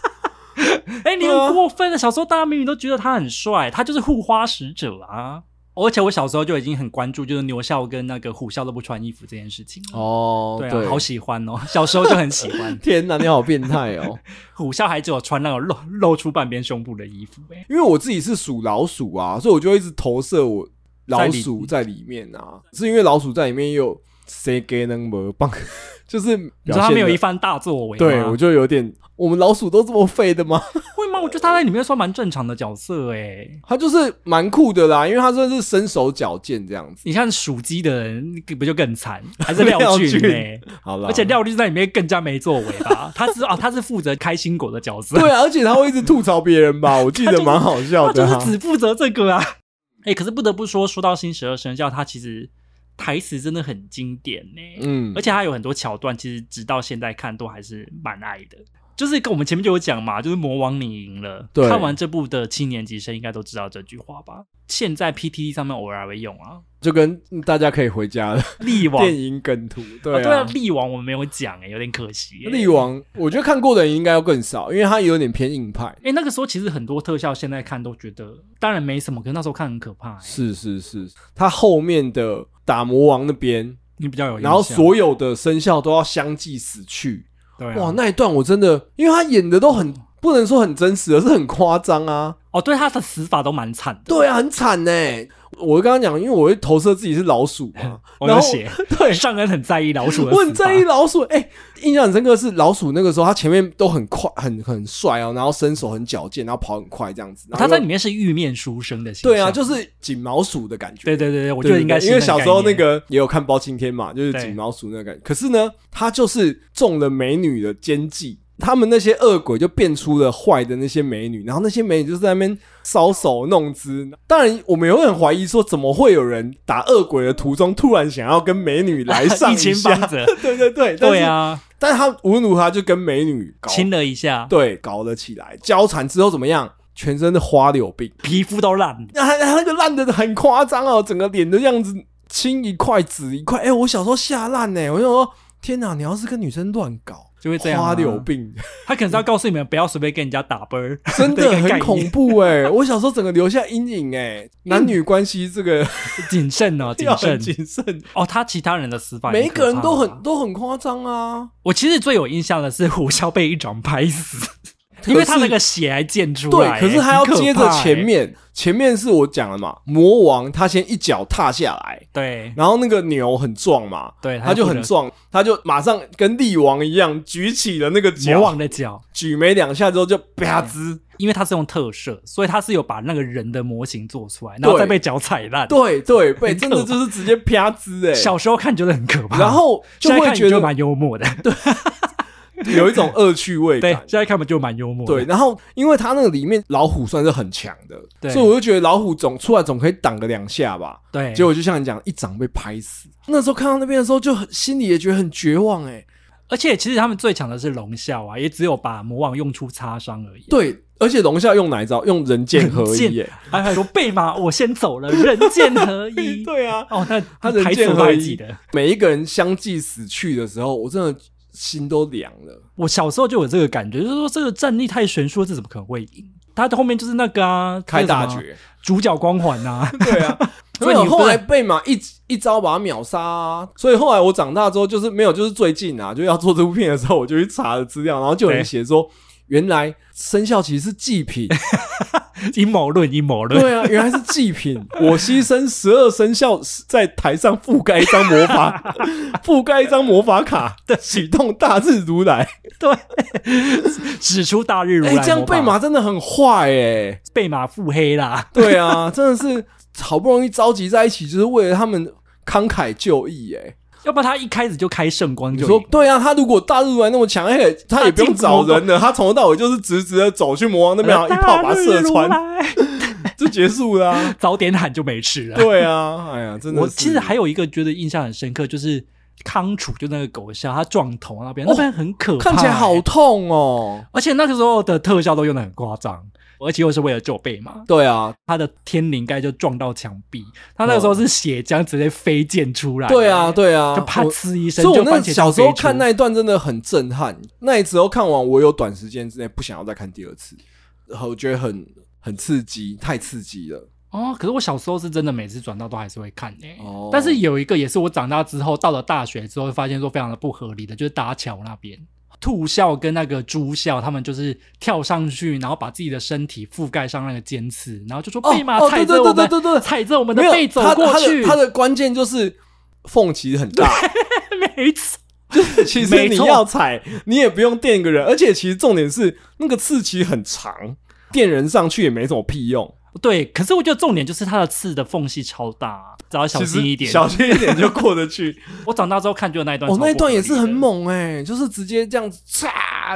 哎、你对啊很过分了！小时候大家明明都觉得他很帅，他就是护花使者啊。而且我小时候就已经很关注，就是牛校跟那个虎校都不穿衣服这件事情了。哦，。对啊，好喜欢哦， [LAUGHS] 小时候就很喜欢 [LAUGHS] 天哪，你好变态 [LAUGHS] 哦！虎校还只有穿那种露露出半边胸部的衣服、哎，因为我自己是属老鼠啊，所以我就一直投射我老鼠在里面啊，是因为老鼠在里面也有谁给能么棒， [LAUGHS] 就是你知表道现他没有得一番大作为吗？对我就有点，我们老鼠都这么废的吗？会吗？我觉得他在里面算蛮正常的角色哎、他就是蛮酷的啦，因为他真的是身手矫健 [LAUGHS] 这样子。你看属鸡的人不就更 [LAUGHS] 惨，还是廖俊呢、廖好了，而 [LAUGHS] 且廖俊在里面更加没作为吧？他是啊，他是负责开心果的角色，对啊，而且他会一直吐槽别 [LAUGHS] 人吧，我记他就得是蛮好 [LAUGHS] 笑他的就啊、是只负责这个啊。哎、可是不得不说，说到新十二生肖，他其实台词真的很经典呢、嗯而且他有很多桥段，其实直到现在看都还是蛮爱的。就是跟我们前面就有讲嘛，就是魔王你赢了。对看完这部的七年级生应该都知道这句话吧？现在 PTT 上面偶尔还会用 [LAUGHS] 啊，就跟大家可以回家了。力王啊电影梗图，对哦对啊啊，，力王我们没有讲哎、有点可惜、欸。力，王，我觉得看过的人应该要更少，因为他有点偏硬派。哎、那个时候其实很多特效，现在看都觉得当然没什么，可是那时候看很可怕、欸。是是是，他后面的打魔王那边，你比较有印象，然后所有的生肖都要相继死去。对、啊、哇，那一段我真的，因为他演的都很不能说很真实，而是很夸张啊。哦，对，他的死法都蛮惨的。对啊，很惨呢。我刚刚讲，因为我会投射自己是老鼠嘛， [LAUGHS] 我然有后写 [LAUGHS] 对，上恩很在意老鼠的死法，我很在意老鼠。哎、印象很深刻是老鼠那个时候，他前面都很快，很很帅哦，然后身手很矫健，然后跑很快这样子。然后他又在里面是玉面书生的形象。对啊，就是锦毛鼠的感觉。对对对对，我我觉得应该是因为小时候那 [LAUGHS] 那个概念个也有看包青天嘛，就是对锦毛鼠那个感觉。可是呢，他就是中了美女的奸计。他们那些恶鬼就变出了坏的那些美女，然后那些美女就是在那边搔首弄姿。当然，我们也会很怀疑说，怎么会有人打恶鬼的途中突然想要跟美女来上一 [LAUGHS] 亲下？帮着， [LAUGHS] 对对对，但是对啊，但是他无论如何他就跟美女搞亲了一下，对搞了起来，交缠之后怎么样？全身的花柳病，皮肤都烂。那他他那个烂的很夸张哦，整个脸都这样子青一块紫一块。哎、我小时候吓烂呢，我就说天哪，你要是跟女生乱搞，就会这样啊花柳 [LAUGHS] 病，他可能是要告诉你们不要随便跟人家打啵儿，真的一个概很念恐怖哎！我小时候整个留下阴 [LAUGHS] 影哎，男女关系这个谨慎哦，谨 [LAUGHS] 要很慎谨慎，哦。他其他人的死法也每一可怕啊，个人都很都很夸张啊。我其实最有印象的是胡笑被一掌拍死，因为他 [LAUGHS] 可那是个血还溅出对来、，可是他要很可接着怕欸前，面，前面是我讲了嘛，魔王他先一脚踏下来，对然后那个牛很壮嘛，对，他就不很能壮，他就马上跟力王一样举起了那个魔脚，王的哎脚，举没两下之后就啪吱，因为他是用特摄，所以他是有把那个人的模型做出来，然后再被脚踩烂。对对，被很真的可就是直接啪吱哎、小时候看觉得很可怕，然后就现在会看觉就得蛮幽默 [LAUGHS] 的。有一种恶趣味对，感现。在看我们就蛮幽默的。对，然后因为他那个里面老虎算是很强的，对所以我就觉得老虎总出来总可以挡个两下吧。对，结果就像你讲，一掌被拍死。那时候看到那边的时候，就很心里也觉得很绝望、欸。哎，而且其实他们最强的是龙啸啊，也只有把魔王用出擦伤而已。啊对，而且龙啸用哪一招？用人剑合 [LAUGHS] 一、欸。还还说贝马，我先走了，人剑 [LAUGHS] 合一。对啊，哦，那他人台词剑我合都还一记得。每一个人相继死去的时候，我真的心都凉了。我小时候就有这个感觉，就是说这个战力太悬殊了，这怎么可能会赢？他后面就是那个啊，开大这个什么绝，主角光环啊， [LAUGHS] 对啊， [LAUGHS] 所所以以你你后不来是被马一一招把他秒杀啊。所以后来我长大之后，就是没有，就是最近啊，就要做这部片的时候，我就去查了资料，然后就有人对写说，原来生肖其实是祭 [LAUGHS] 品，阴谋论，阴谋论。对啊，原来是祭品。我牺牲十二生肖，在台上覆盖一张魔 [LAUGHS] 法，覆盖一张魔法卡，启动大日如来。 [LAUGHS] 使出大日如来哎、魔法、这样贝马真的很坏哎、被马腹黑啦。 [LAUGHS] 对啊，真的是好不容易召集在一起，就是为了他们慷慨就义哎、要不然他一开始就开圣光你就说赢对啊，他如果大日如来那么强，而且他也不用找人了，他从头到尾就是直直的走去魔王那边，然后一炮把他射哎穿，大日如来就结束啦、 [LAUGHS] 早点喊就没事了。对啊，哎呀，真的是。我其实还有一个觉得印象很深刻，就是康楚就那个狗笑，他撞头那边，那边很可怕、哦欸看起来好，痛哦。而且那个时候的特效都用的很夸张，而且又是为了救贝马，对啊，他的天灵盖就撞到墙壁，他那个时候是血浆直接飞溅出来，对啊，，对啊，就啪我呲一声，所以就我那番茄小酱时飞候出看那一段真的很震撼。那一时候看完，我有短时间之内不想要再看第二次，我觉得很很刺激，太刺激了。哦，可是我小时候是真的每次转到都还是会看的、哦但是有一个也是我长大之后到了大学之后发现说非常的不合理的，就是搭桥那边。兔校跟那个猪校，他们就是跳上去，然后把自己的身体覆盖上那个尖刺，然后就说哦被马哦踩对着对我对们，对对对 [LAUGHS] 踩着我们的没有背走他过他去的。他的关键就是缝其实很大， [LAUGHS] 没错，其实没你错要踩你也不用垫一个人，而且其实重点是那个刺其实很长，垫人上去也没什么屁用，对。可是我觉得重点就是它的刺的缝隙超大、只要小其实心一点。小心一点就过得 [LAUGHS] 去。我长大之后看就那一段，哦，那一段也是很。猛哎、就是直接这样嚓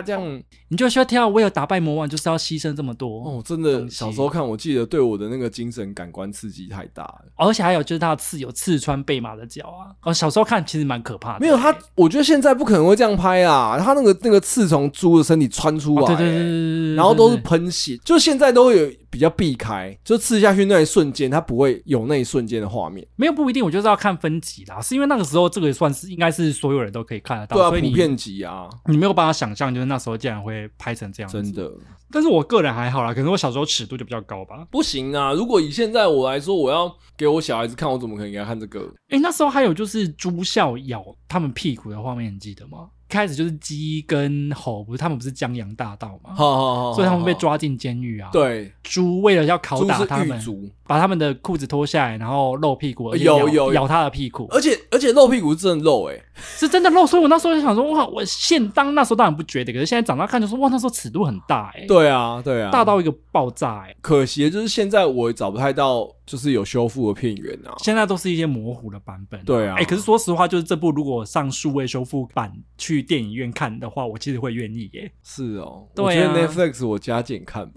这样。你就需要听到威尔打败魔王就是要牺牲这么多哦，真的，东西小时候看，我记得对我的那个精神感官刺激太大了。而且还有就是它的刺有刺穿贝马的脚啊，哦，小时候看其实蛮可怕的。没有他，我觉得现在不可能会这样拍啦。他那个那个刺从猪的身体穿出来、哦，对对对对欸对，然后都是对对喷血，就现在都会有比较避开，就刺下去那一瞬间，他不会有那一瞬间的画面。没有不一定，我就是要看分级啦，是因为那个时候这个算是应该是所有人都可以看得到，对啊，所以普你遍级啊，你没有办法想象，就是那时候竟然会拍成这样子。真，的但是我个人还好啦，可能我小时候尺度就比较高吧。不行啊！如果以现在我来说，我要给我小孩子看，我怎么可能给他看这个？诶，那时候还有就是猪笑咬他们屁股的画面，你记得吗？一开始就是鸡跟猴，不是他们不是江洋大盗嘛，好好好，所以他们被好。抓进监狱啊。，对，猪为了要拷猪打是他狱们，卒，把他们的裤子脱下来，然后露屁股，而且呃有咬有呃咬他的屁股，而且而且露屁股是真的露哎、欸是真的露。所以我那时候就想说，哇，我现当那时候当然不觉得，可是现在长大看就说，哇，那时候尺度很大哎、对啊，对啊，大到一个爆炸哎、可惜的就是现在我也找不太到就是有修复的片源啊。现在都是一些模糊的版本。对啊哎、可是说实话，就是这部如果上数位修复版去电影院看的话，我其实会愿意耶、是哦，对啊我觉得 Netflix 我加减看吧。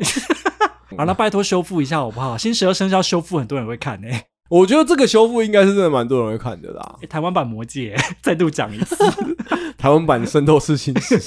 [LAUGHS] 嗯好了，拜托修复一下好不好？新十二生肖修复很多人会看哎、我觉得这个修复应该是真的蛮多人会看的啦。哎台湾版魔戒、哎再度讲一次。台湾版《圣斗士星 [LAUGHS] 矢》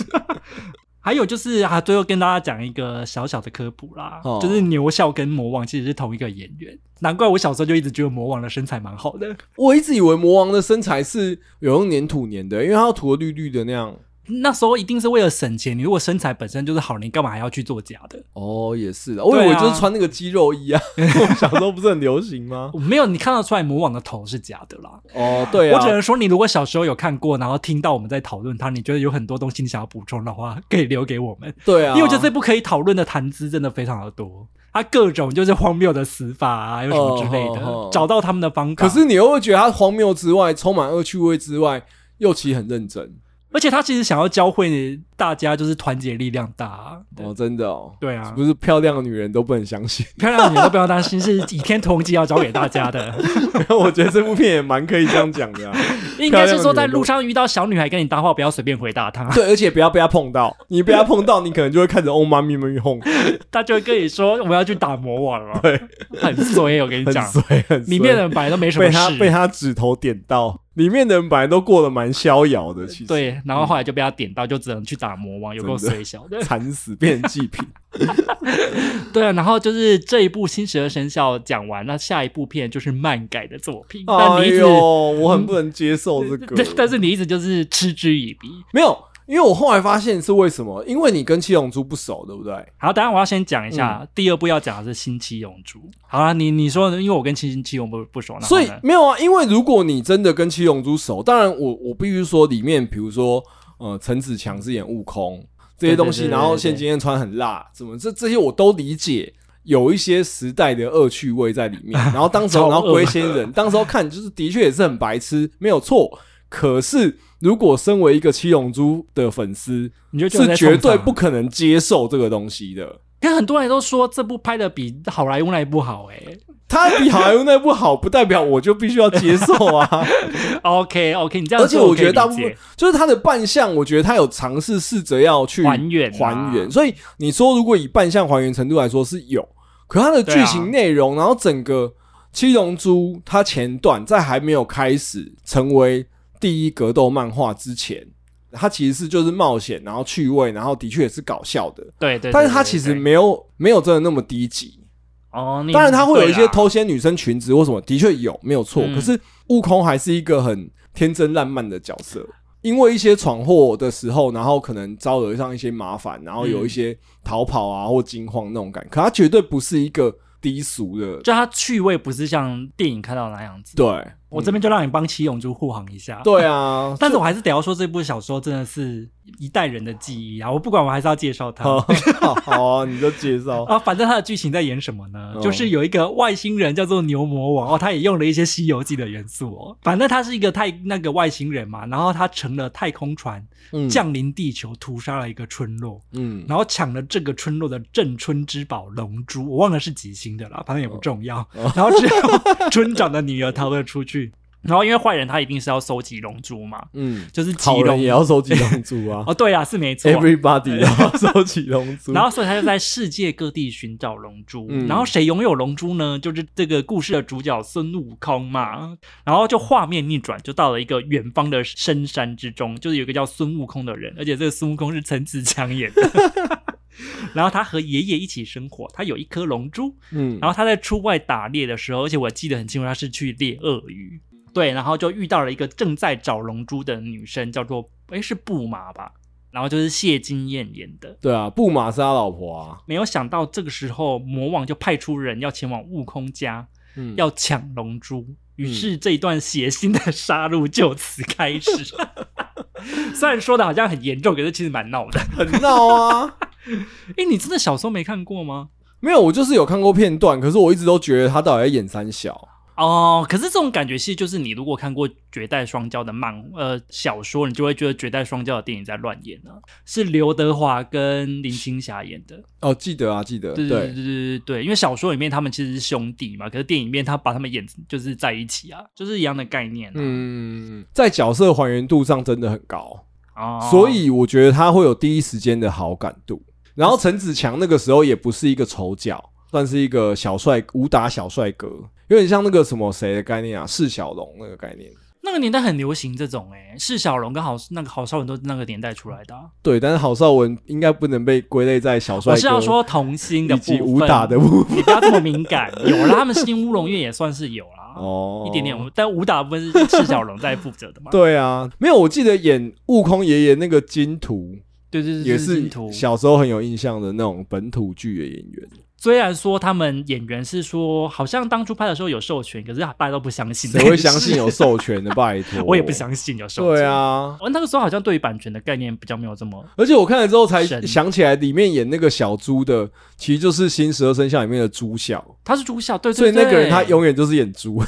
还有就是啊，最后跟大家讲一个小小的科普啦，哦就是牛笑跟魔王其实是同一个演员，难怪我小时候就一直觉得魔王的身材蛮好的。我一直以为魔王的身材是有用粘土粘的，因为他要涂得绿绿的那样。那时候一定是为了省钱。你如果身材本身就是好，你干嘛还要去做假的？哦，也是的，我以为对啊就是穿那个肌肉衣 [LAUGHS] 啊，我小时候不是很流行吗？我没有，你看得出来魔王的头是假的啦。哦，对啊，我只能说，你如果小时候有看过，然后听到我们在讨论它，你觉得有很多东西你想要补充的话，可以留给我们，对啊，因为我觉得这部可以讨论的谈资真的非常的多。它各种就是荒谬的死法啊，又什么之类的，哦哦哦找到他们的方法。可是你又会觉得他荒谬之外，充满恶趣味之外，又其实很认真而且他其实想要教会大家，就是团结力量大啊。对哦，真的哦，对啊是不是漂亮的女人都不能相 [LAUGHS] 信？漂亮的女人都不要担心，是倚天同记要教给大家 [LAUGHS] 的。我觉得这部片也蛮可以这样讲 [LAUGHS] 的、啊，应该是说在路上遇到小女孩跟你搭话，不要随便回答 [LAUGHS] 她，对，而且不要被他碰到，你被他碰到，你可能就会看着欧哦妈咪咪哄，她就会跟你说我们要去打魔王了。对，很衰，我跟你很讲，衰，很衰里面的人本来都没什么被他事，被他指头点到，里面的人本来都过得蛮逍遥的，其实对，然后后来就被他点到，就只能去打魔王，有够真的衰小的。惨死变成祭品。对啊，然后就是这一部《新十二生肖》讲完，那下一部片就是漫改的作品， [LAUGHS] 但哎你一直呦，。我很不能接受这个但。 [LAUGHS] 但是你一直就是嗤之以鼻。没有，因为我后来发现是为什么？因为你跟七龙珠不熟，对不对？好，当然我要先讲一下、嗯第二部要讲的是《新七龙珠》。好啊，你你说，因为我跟新七龙不不熟，然后所以呢没有啊，因为如果你真的跟七龙珠熟，当然我我必须说里面，比如说呃，陈子强是演悟空这些东西，对对对对然后现今天穿很辣，怎么这这些我都理解。有一些时代的恶趣味在里面，然后当时候， [LAUGHS] 超恶然后龟仙人，当时候看就是的确也是很白痴，没有错。可是如果身为一个七龙珠的粉丝，你就觉得是在绝冲对撞不。可能接受这个东西的。可是很多人都说这部拍的比好莱坞那一部好哎、他比好莱坞那部好，不代表我就必须要接受 [LAUGHS] 啊。 OK OK，你这样而说且我我可以觉得大理部解分就是他的扮相，我觉得他有尝试试着要去还原啊还原。所以你说，如果以扮相还原程度来说是有，可他的对啊剧情内容，然后整个《七龙珠》它前段在还没有开始成为第一格斗漫画之前，它其实是就是冒险，然后趣味，然后的确也是搞笑的。对对对但是它对其实对没有没有真的那么低级，哦，你当然，他会有一对些啦偷些女生裙子或什么，的确有，没有错。嗯可是悟空还是一个很天真烂漫的角色，因为一些闯祸的时候，然后可能招惹上一些麻烦，然后有一些逃跑啊或惊慌那种感。可他绝对不是一个低俗的，就它趣味不是像电影看到的那样子。对，我这边就让你帮七龙珠护航一下。，。对啊但是我还是得要说，这部小说真的是一代人的记忆啊！我不管，我还是要介绍它。好，好好啊，你就介 [LAUGHS] 绍。啊，反正它的剧情在演什么呢？哦就是有一个外星人叫做牛魔王哦，他也用了一些《西游记》的元素哦。反正他是一个太那个外星人嘛，然后他乘了太空船嗯降临地球，屠杀了一个村落，嗯，然后抢了这个村落的镇村之宝龙珠，我忘了是几星的了，反正也不重要。哦 [LAUGHS] 然后之后村长的女儿逃了出 [LAUGHS] 去，然后因为坏人他一定是要收集龙珠嘛，嗯，就是集好人龙也要收集龙珠啊 [LAUGHS] 哦，对啊，是没错。 ，everybody 都要收集龙 [LAUGHS] 珠。然后，所以他就在世界各地寻找龙珠。嗯然后，谁拥有龙珠呢？就是这个故事的主角孙悟空嘛。然后就画面逆转，就到了一个远方的深山之中，就是有一个叫孙悟空的人，而且这个孙悟空是陈子强演的。 [LAUGHS] 然后他和爷爷一起生活，他有一颗龙珠。嗯，然后他在出外打猎的时候，而且我记得很清楚，他是去猎鳄鱼。对，然后就遇到了一个正在找龙珠的女生，叫做诶是布玛吧，然后就是谢金燕演的。对啊，布马是他老婆啊。没有想到这个时候魔王就派出人要前往悟空家，嗯，要抢龙珠。于是这一段血腥的杀戮就此开始。虽然说的好像很严重，可是其实蛮闹的。很闹啊。哎，你真的小时候没看过吗？没有，我就是有看过片段，可是我一直都觉得他到底在演三小。哦，可是这种感觉其实就是你如果看过《绝代双骄》的漫呃小说，你就会觉得《绝代双骄》的电影在乱演啊，是刘德华跟林青霞演的。哦，记得啊，记得，对对对对对对对，因为小说里面他们其实是兄弟嘛，可是电影里面他把他们演就是在一起啊，就是一样的概念、啊。嗯，在角色还原度上真的很高，哦，所以我觉得他会有第一时间的好感度。然后陈子强那个时候也不是一个丑角，算是一个小帅武打小帅哥，有点像那个什么谁的概念啊，释小龙那个概念。那个年代很流行这种、欸，哎，释小龙跟郝那个郝邵文都是那个年代出来的、啊。对，但是郝邵文应该不能被归类在小帅我哥，是要说童星的以部分，及武打的部分你不要这么敏感。有啦，他们新乌龙院也算是有啦，哦，一点点，但武打部分是释小龙在负责的嘛。对啊，没有，我记得演悟空爷爷那个金图对对对，这也是是信徒。小时候很有印象的那种本土剧的演 [LAUGHS] 员，虽然说他们演员是说，好像当初拍的时候有授权，可是大家都不相信。谁会相信有？授权的？拜 [LAUGHS] 托，我也不。相信有授权。对，啊，哦我那个时候好像对于版权的概念比较没有这么而且我看了之后才神想起来，里面演那个小猪的，其实就是《新十二生肖》里面的猪小，他是主角，对所以对对。那个人他，永远就是演猪。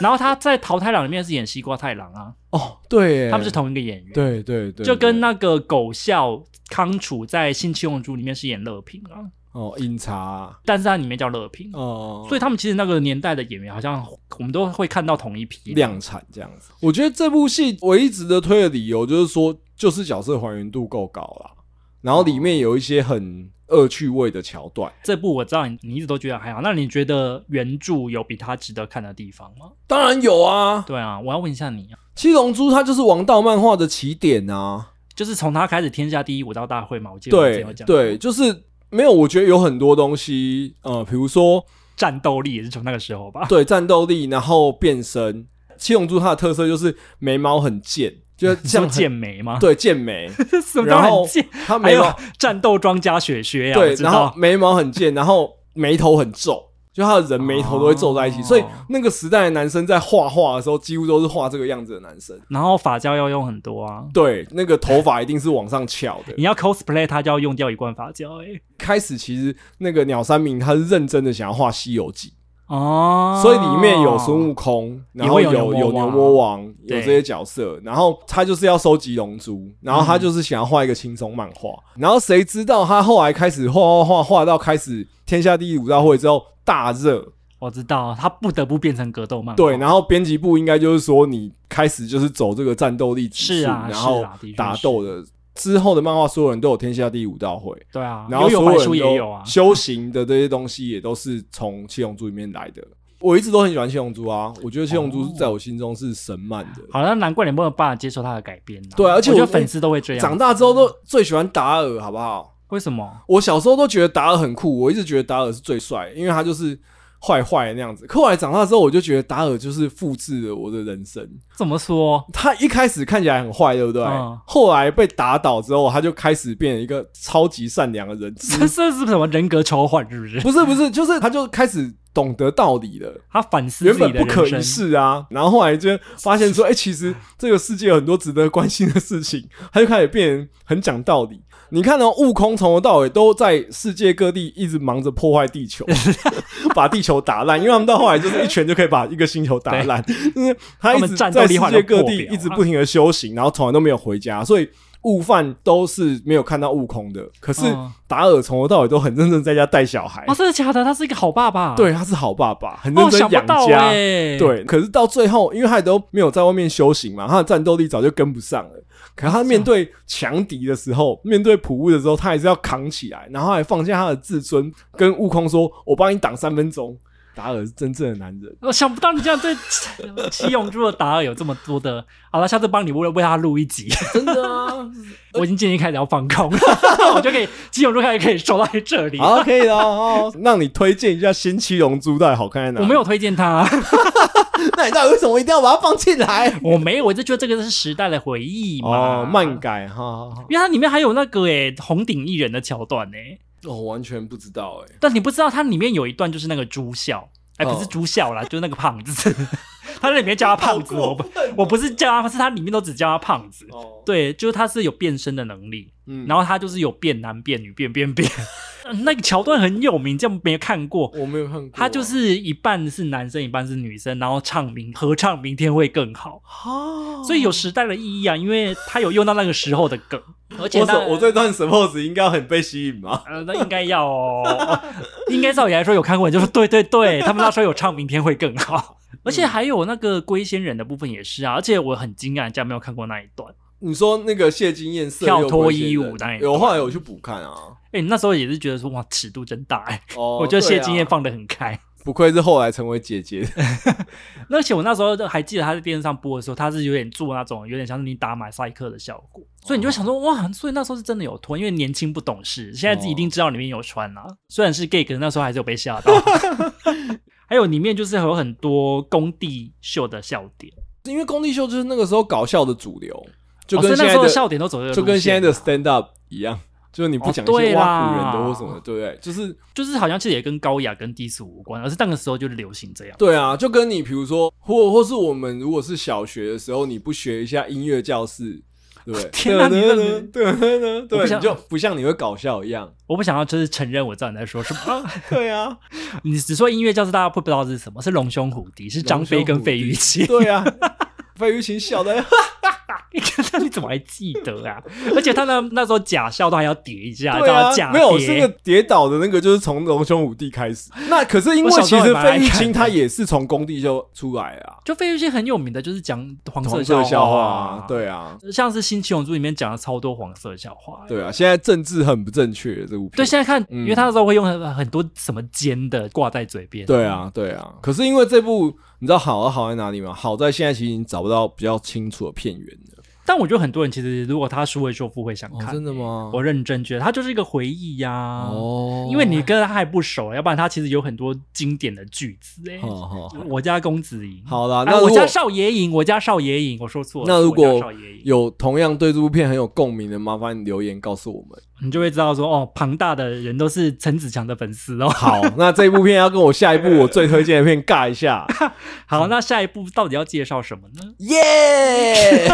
然后他在《桃太郎》里面是演西瓜太郎啊，哦，对耶，他们是同一个演员，，对对对，就跟那那个狗笑康楚在《性七龙珠》里面是演乐平啊，哦饮茶但是他里面叫乐平，哦，所以他们其实那个年代的演员好像我们都会看到同一批量产这样子。我觉得这部戏唯一值得推的理由就是说，就是角色还原度够高啦，然后里面有一些很恶趣味的桥段。这部我知道你你一直都觉得还好，那你觉得原著有比它值得看的地方吗？当然有啊，《对啊，我要问一下你啊，七龙珠》它就是王道漫画的起点啊。就是从它开始天下第一武道大会嘛，我记得我之前对有讲过对，就是没有。我觉得有很多东西，呃，比如说战斗力也是从那个时候吧，对战斗力，然后变身。七龙珠它的特色就是眉毛很剑，就 [LAUGHS] 像像剑眉吗？对剑眉，对， [LAUGHS] 什么然都后很剑， [LAUGHS] 还它眉毛有战斗装加雪哎靴呀、我对，知然后道。眉毛很尖，然后眉头很皱，就他的人眉头都会皱在一起，哦所以那个时代的男生在画画的时候，几乎都是画这个样子的男生。然后发胶要用很多啊，对，那个头发一定是往上翘 [LAUGHS] 的。你要 cosplay 它就要用掉一罐发胶哎、开始其实那个鸟山明他是认真的想要画《西游记》哦，所以里面有孙悟空，然后也有会有牛魔有王牛魔王，有对这些角色，然后他就是要收集龙珠，然后他就是想要画一个轻松漫画，然后谁知道他后来开始画画画画到开始天下第一武道会之后大热，我知道，它不得不变成格斗漫画，对，然后编辑部应该就是说你开始就是走这个战斗力指数，是啊然是后啊的确打是斗的。之后的漫画，所有人都有天下第一武道会，对啊，然后有所白有书也人有都啊，修行的这些东西也都是从七龙珠里面来的。我一直都很喜欢七龙珠啊，我觉得七龙珠哦在我心中是神漫的。好像难怪你没有办法接受它的改编、啊。对而且我觉我得粉丝都会这样。长大之后都最喜欢达尔，好不好？为什么？我小时候都觉得达尔很酷，我一直觉得达尔是最帅，因为他就是坏坏的那样子。可后来长大之后，我就觉得达尔就是复制了我的人生。怎么说？他一开始看起来很坏，对不对？嗯后来被打倒之后，他就开始变成一个超级善良的人。 [LAUGHS] 这这是什么人格仇换？是不是？不是不是，就是他就开始懂得道理了。他反思原自己本的不可一人生。世啊，然后后来就发现说，哎、其实这个世界有很多值得关心的事情，他就开始变很讲道理。你看哦，悟空从头到尾都在世界各地一直忙着破坏地球， [LAUGHS] 把地球打烂，因为他们到后来就是一拳就可以把一个星球打烂，就是他他一直们在战斗世力换界得各破地表一直啊不停的修行，然后从来都没有回家，所以悟饭都是没有看到悟空的。可是嗯达尔从头到尾都很认真在家带小孩，哦，真的假的？他是一个好爸爸。，对，他是好爸爸，很认哦，真想不养到家。哎、，对，可是到最后，因为他也都没有在外面修行嘛，他的战斗力早就跟不上了。可他面对强敌的时候，面对普悟的时候，他还是要扛起来，然后还放下他的自尊，跟悟空说：“我帮你挡三分钟。”达尔是真正的男人，我想不到你这样 [LAUGHS] 对七永珠的达尔有这么多的。好了，下次帮你为了为他录一 [LAUGHS] 集。真的啊！我已经渐渐开始要放空了， [LAUGHS] 我就可以七永珠开始可以收到这里。 [LAUGHS] 好，可以了哦。让你推荐一下《新七龙珠》到底好看在哪？我没有，推荐他，那你到底为什么一定要把它放进来？我没有，我就觉得这个是时代的回忆嘛。哦，漫改，哈哈哈！因为它里面还有那个诶、红顶艺人的桥段诶、哦，我完全不知道哎、但你不知道它里面有一段就是那个朱孝，哎、哦不是朱孝啦，就是那个胖子， [LAUGHS] 他在里面叫他胖子，我不我不是叫他，是他里面都只叫他胖子。哦，对，就是他是有变身的能力，嗯然后他就是有变男变女变变变， [LAUGHS] 呃那个桥段很有名，这样没看过。我没有看过。他就是一半是男生，一半是女生，然后唱明合唱《明天会更好》，哦，所以有时代的意义啊，因为他有用到那个时候的梗，而且我他所我对段 suppose 应该很被吸引吧？呃，那应该要哦，应该照理来说有看过，你就说对对对，他们那时候有唱《明天会更好》，而嗯且还有那个龟仙人的部分也是啊，而且我很惊讶，人家没有看过那一段。 [LAUGHS] 你说那个谢金燕色诱跳脱龟仙人衣舞那一段有后来有去补看啊。哎、你那时候也是觉得说哇，尺度真大哎、[LAUGHS] 哦，我觉得谢金燕对啊放得很开，不愧是后来成为姐姐的，那而且我那时候还记得他在电视上播的时候，他是有点做那种有点像是你打马赛克的效果，所以哦你就想说哇，所以那时候是真的有脱，因为年轻不懂事，现在一哦定知道里面有穿啦、虽然是 gay，可是那时候还是有被吓 [LAUGHS] 到。还有里面就是有很多工地秀的笑点， [LAUGHS] 因为工地秀就是那个时候搞笑的主流，就哦跟所以现那在时候的、的笑点都走这个就跟路线现在的啊 stand up 一样，就是你不哦讲一对些挖苦人啦的或什么的，对不对？就是就是好像其实也跟高雅跟低俗无关，而是那个时候就流行这样。对啊，就跟你比如说，或或是我们如果是小学的时候，你不学一下音乐教室，对不对？ [LAUGHS] 天哪你对这 [LAUGHS] 对啊对对我不对，想你就不像你会搞笑一样。我不想要就是承认我知道你在说什么， [LAUGHS] [LAUGHS] 对啊，你只说音乐教室，大家会不知道是什么，是龙兄虎弟，是张飞跟费玉清。对啊，费玉清笑 [LAUGHS] 的，你看 [LAUGHS] 那你怎么还记得啊？ [LAUGHS] 而且他那那时候假笑都还要叠一下，对叫啊他假，没有跌这个跌倒的那个就是从龙兄虎弟开始。那可是因为我小时其候实也蛮爱费看的玉清他也是从工地就出来啊，就费玉清很有名的，就是讲黄黄笑色笑话话啊，，，对啊，像是《新七龙珠》里面讲了超多黄色笑话。对啊，现在政治很不正确这部片对，。现在看，嗯因为他那时候会用很很多什么尖的挂在嘴边。对，啊，对啊。可是因为这部，你知道好啊好在哪里吗？好在现在其实已经找不到比较清楚的片源了。但我觉得很多人其实如果他书未修复会想看，哦欸真的吗？我认真觉得他就是一个回忆呀、啊哦，因为你跟他还不熟，要不然他其实有很多经典的句子、哎、好好好我家公子赢，好啦，啊那如我果家少爷赢，我家少爷赢，我说错了。那是如我家果少爷赢，有同样对这部片很有共鸣的，麻烦你留言告诉我们。你就会知道说，哦，庞大的人都是陈子强的粉丝 [LAUGHS] 哦。好，那这部片要跟我下一部我最推荐的片尬一下，好，那下一步到底要介绍什么 [LAUGHS] 呢？耶！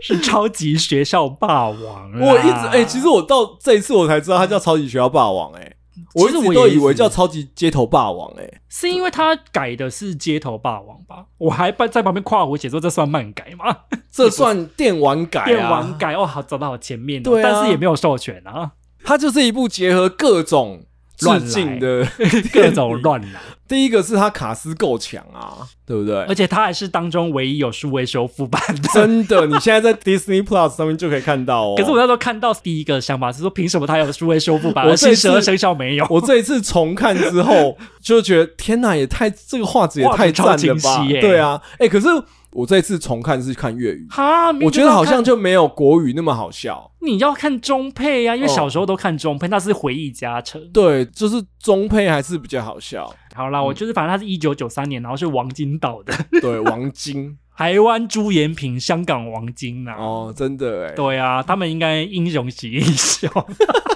是超级学校霸王啊啦。 [LAUGHS] 我一直哎、其实我到这一次我才知道它叫《超级学校霸王》哎，我其一实直我都也以为一直叫《超级街头霸王》哎，是因为他改的是街头霸王 [LAUGHS] 吧？我还在旁边跨湖写作，这算漫改吗？这算电玩改啊？电玩改哦，好走到好前面、哦，对啊但是也没有授权 [LAUGHS] 啊，它就是一部结合各种致敬的。各种乱来。 [LAUGHS] 第一个是它卡斯够强啊，对不而对？且他还是当中唯一有数位修复版的。真的，你现在在 Disney Plus 上面就可以看到哦。 [LAUGHS] 可是我那时候看到第一个想法是说，凭什么他有数位修复版，我而这一新次十二生肖没有？我这一次重看之 [LAUGHS] 后，就觉得天哪，也太这个画质也画质太赞了超吧？清晰耶对啊，哎、可是我这一次重看是看粤语，哈，我觉得好像明明就没有国语那么好笑。要看你要看中配啊呀、因为哦小时候都看中配，那是回忆加成。对，嗯就是中配还是比较好笑。好啦，我就是反正它是一九九三年，然后是王晶导的， [LAUGHS] 对，王晶台湾朱延平，香港王晶啊。哦，真的哎，对啊，他们应该英雄惜英雄， [LAUGHS]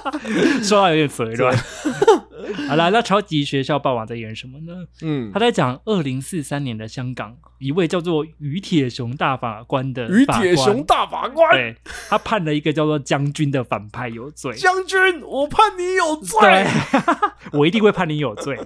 说到有点嘴软。 [LAUGHS] 好啦，那超级学校霸王在演什么呢？嗯他，在讲二零四三年的香港，一位叫做于铁雄大法官的于法铁官雄大法官对他判了一个叫做将军的反派有罪。将军，我判你有罪。对， [LAUGHS] 我一定会判你有罪。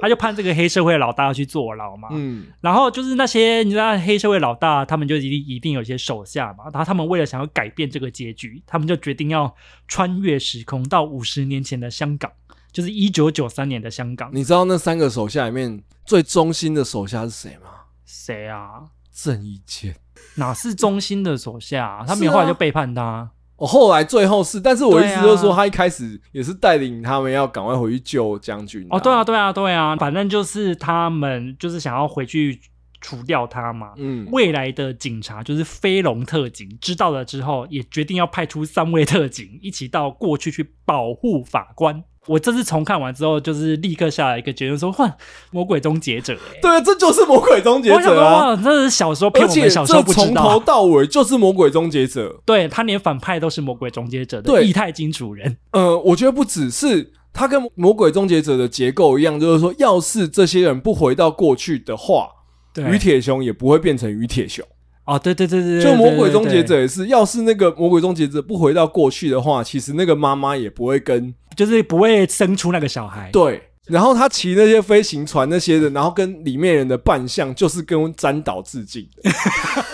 他就判这个黑社会老大去坐牢嘛。嗯，然后就是那些你知道黑社会老大，他们就一定一定有一些手下嘛。然后他们为了想要改变这个结局，他们就决定要穿越时空到五十年前的香港，就是一九九三年的香港。你知道那三个手下里面最忠心的手下是谁吗？谁啊？郑伊健。哪是忠心的手下啊、他们是啊后来就背叛他、我、哦后来最后是，但是我一对直啊就说他一开始也是带领他们要赶快回去救将军、哦，对啊，，对啊，对啊，反正就是他们就是想要回去除掉他嘛。嗯，未来的警察就是飞龙特警，知道了之后也决定要派出三位特警一起到过去去保护法官。我这次重看完之后，就是立刻下来一个结论说，哇，魔鬼终结者、欸。对啊，这就是魔鬼终结我想者说，啊！哇，那是小时候骗而我且们这小时候不知从道。头到尾就是魔鬼终结者。对他连反派都是魔鬼终结者的对异态金主人，呃，我觉得不只是它跟《魔鬼终结者》的结构一样，就是说，要是这些人不回到过去的话，对于铁雄也不会变成于铁雄。哦，对对对对，就对《魔鬼终对结，对者》也是，要是那个《魔鬼终结者》不回到过去的话，其实那个妈妈也不会跟对就是不会生出那个小孩。对。然后他骑那些飞行船那些的，然后跟里面人的扮相就是跟詹岛致敬的。 [LAUGHS]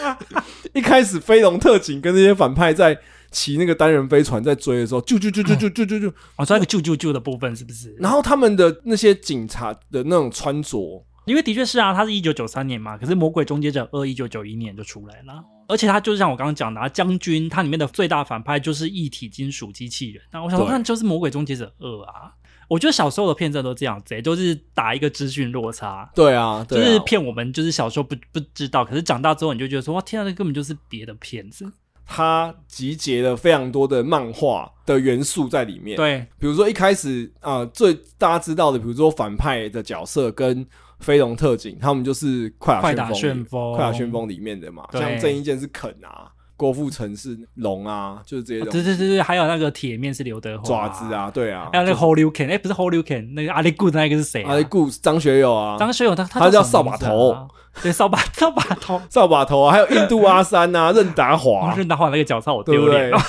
一开始飞龙特警跟那些反派在骑那个单人飞船在追的时候，啾啾啾啾啾啾啾啾，我哦说那个救救救的部分是不是？然后他们的那些警察的那种穿着，因为的确是啊，它是一九九三年嘛，可是《魔鬼终结者二》一九九一年就出来哦了，而且它就像我刚刚讲的、啊，将军它里面的最大反派就是一体金属机器人。那我想说，对那就是《魔鬼终结者二》啊。我觉得小时候的骗真的都这样子、欸，就是打一个资讯落差。对啊，就对啊是骗我们，就是小时候不不知道，可是长大之后你就觉得说，哇，天啊，那根本就是别的骗子。它集结了非常多的漫画的元素在里面。对，比如说一开始啊、呃最大家知道的，比如说反派的角色跟飞龙特警，他们就是快快打打旋旋风里、风，快打旋风里面的嘛，对像郑伊健是肯啊，郭富城是龙啊，就是这些哦东对西。对对对，还有那个铁面是刘德华，爪子，啊，对啊，还有那个 Holy Can，哎，不是 Holy Can，那个阿力 Good 那个是谁啊？阿力固张学友啊，张学友他他叫什么扫把名字啊头，对，扫把 [LAUGHS] 扫把头，扫把头啊，还有印度阿三 [LAUGHS] 啊，任达我华，是拿换那个脚超我对丢不脸 [LAUGHS] 对哦。？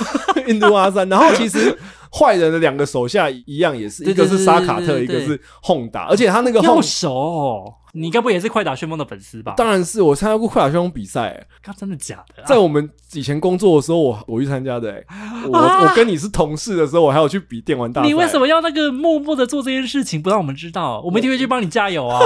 [LAUGHS] 印度阿三，然后其实坏人的两个手下一样，也 [LAUGHS] 是对一对个是沙卡特，对对一对个是轰达，而且他那个你好轰熟哦，你该不会也是快打旋风的粉丝吧？当然是我参加过快打旋风比赛、欸干，真的假的啊？ [LAUGHS] 在我们以前工作的时候，我我去参加 [LAUGHS] 的、欸我啊我跟你是同事的时候，我还有去比电玩大赛。你为什？么要那个默默的做这件事情，不让我们知道？我们一定会去帮你加油 [LAUGHS] 啊！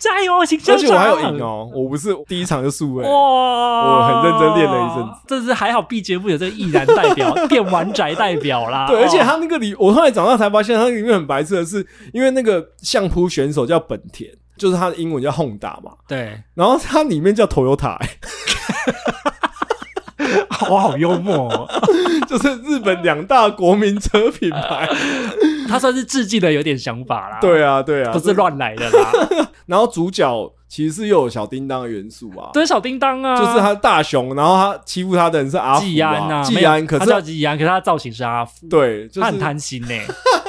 加油，请而校且长！我还有赢哦、我不是第一场就输哎、欸哇！我很认真练了一阵子，这是还好 B 节目有这个易燃代 [LAUGHS] 表、电玩宅代表啦。对，而且哦他那个里，我后来长大才发现，他里面很白痴的是，因为那个相扑选手叫本田，就是他的英文叫轰达嘛，对，然后他里面叫 Toyota，、欸 [LAUGHS] 我好幽默哦，就是日本两大国民车 [LAUGHS] 品牌。 [LAUGHS] 他算是致敬的有点想法啦。对啊，对啊，不是。乱来的 [LAUGHS] 啦，然后主角其实是又有小叮当的元素啊，这是小叮当啊，就是他大雄，然后他欺负他的人是阿福、啊、季安呐、季没有安，可他叫是季安，可是他的造型是阿福，对，就他是很贪心呢、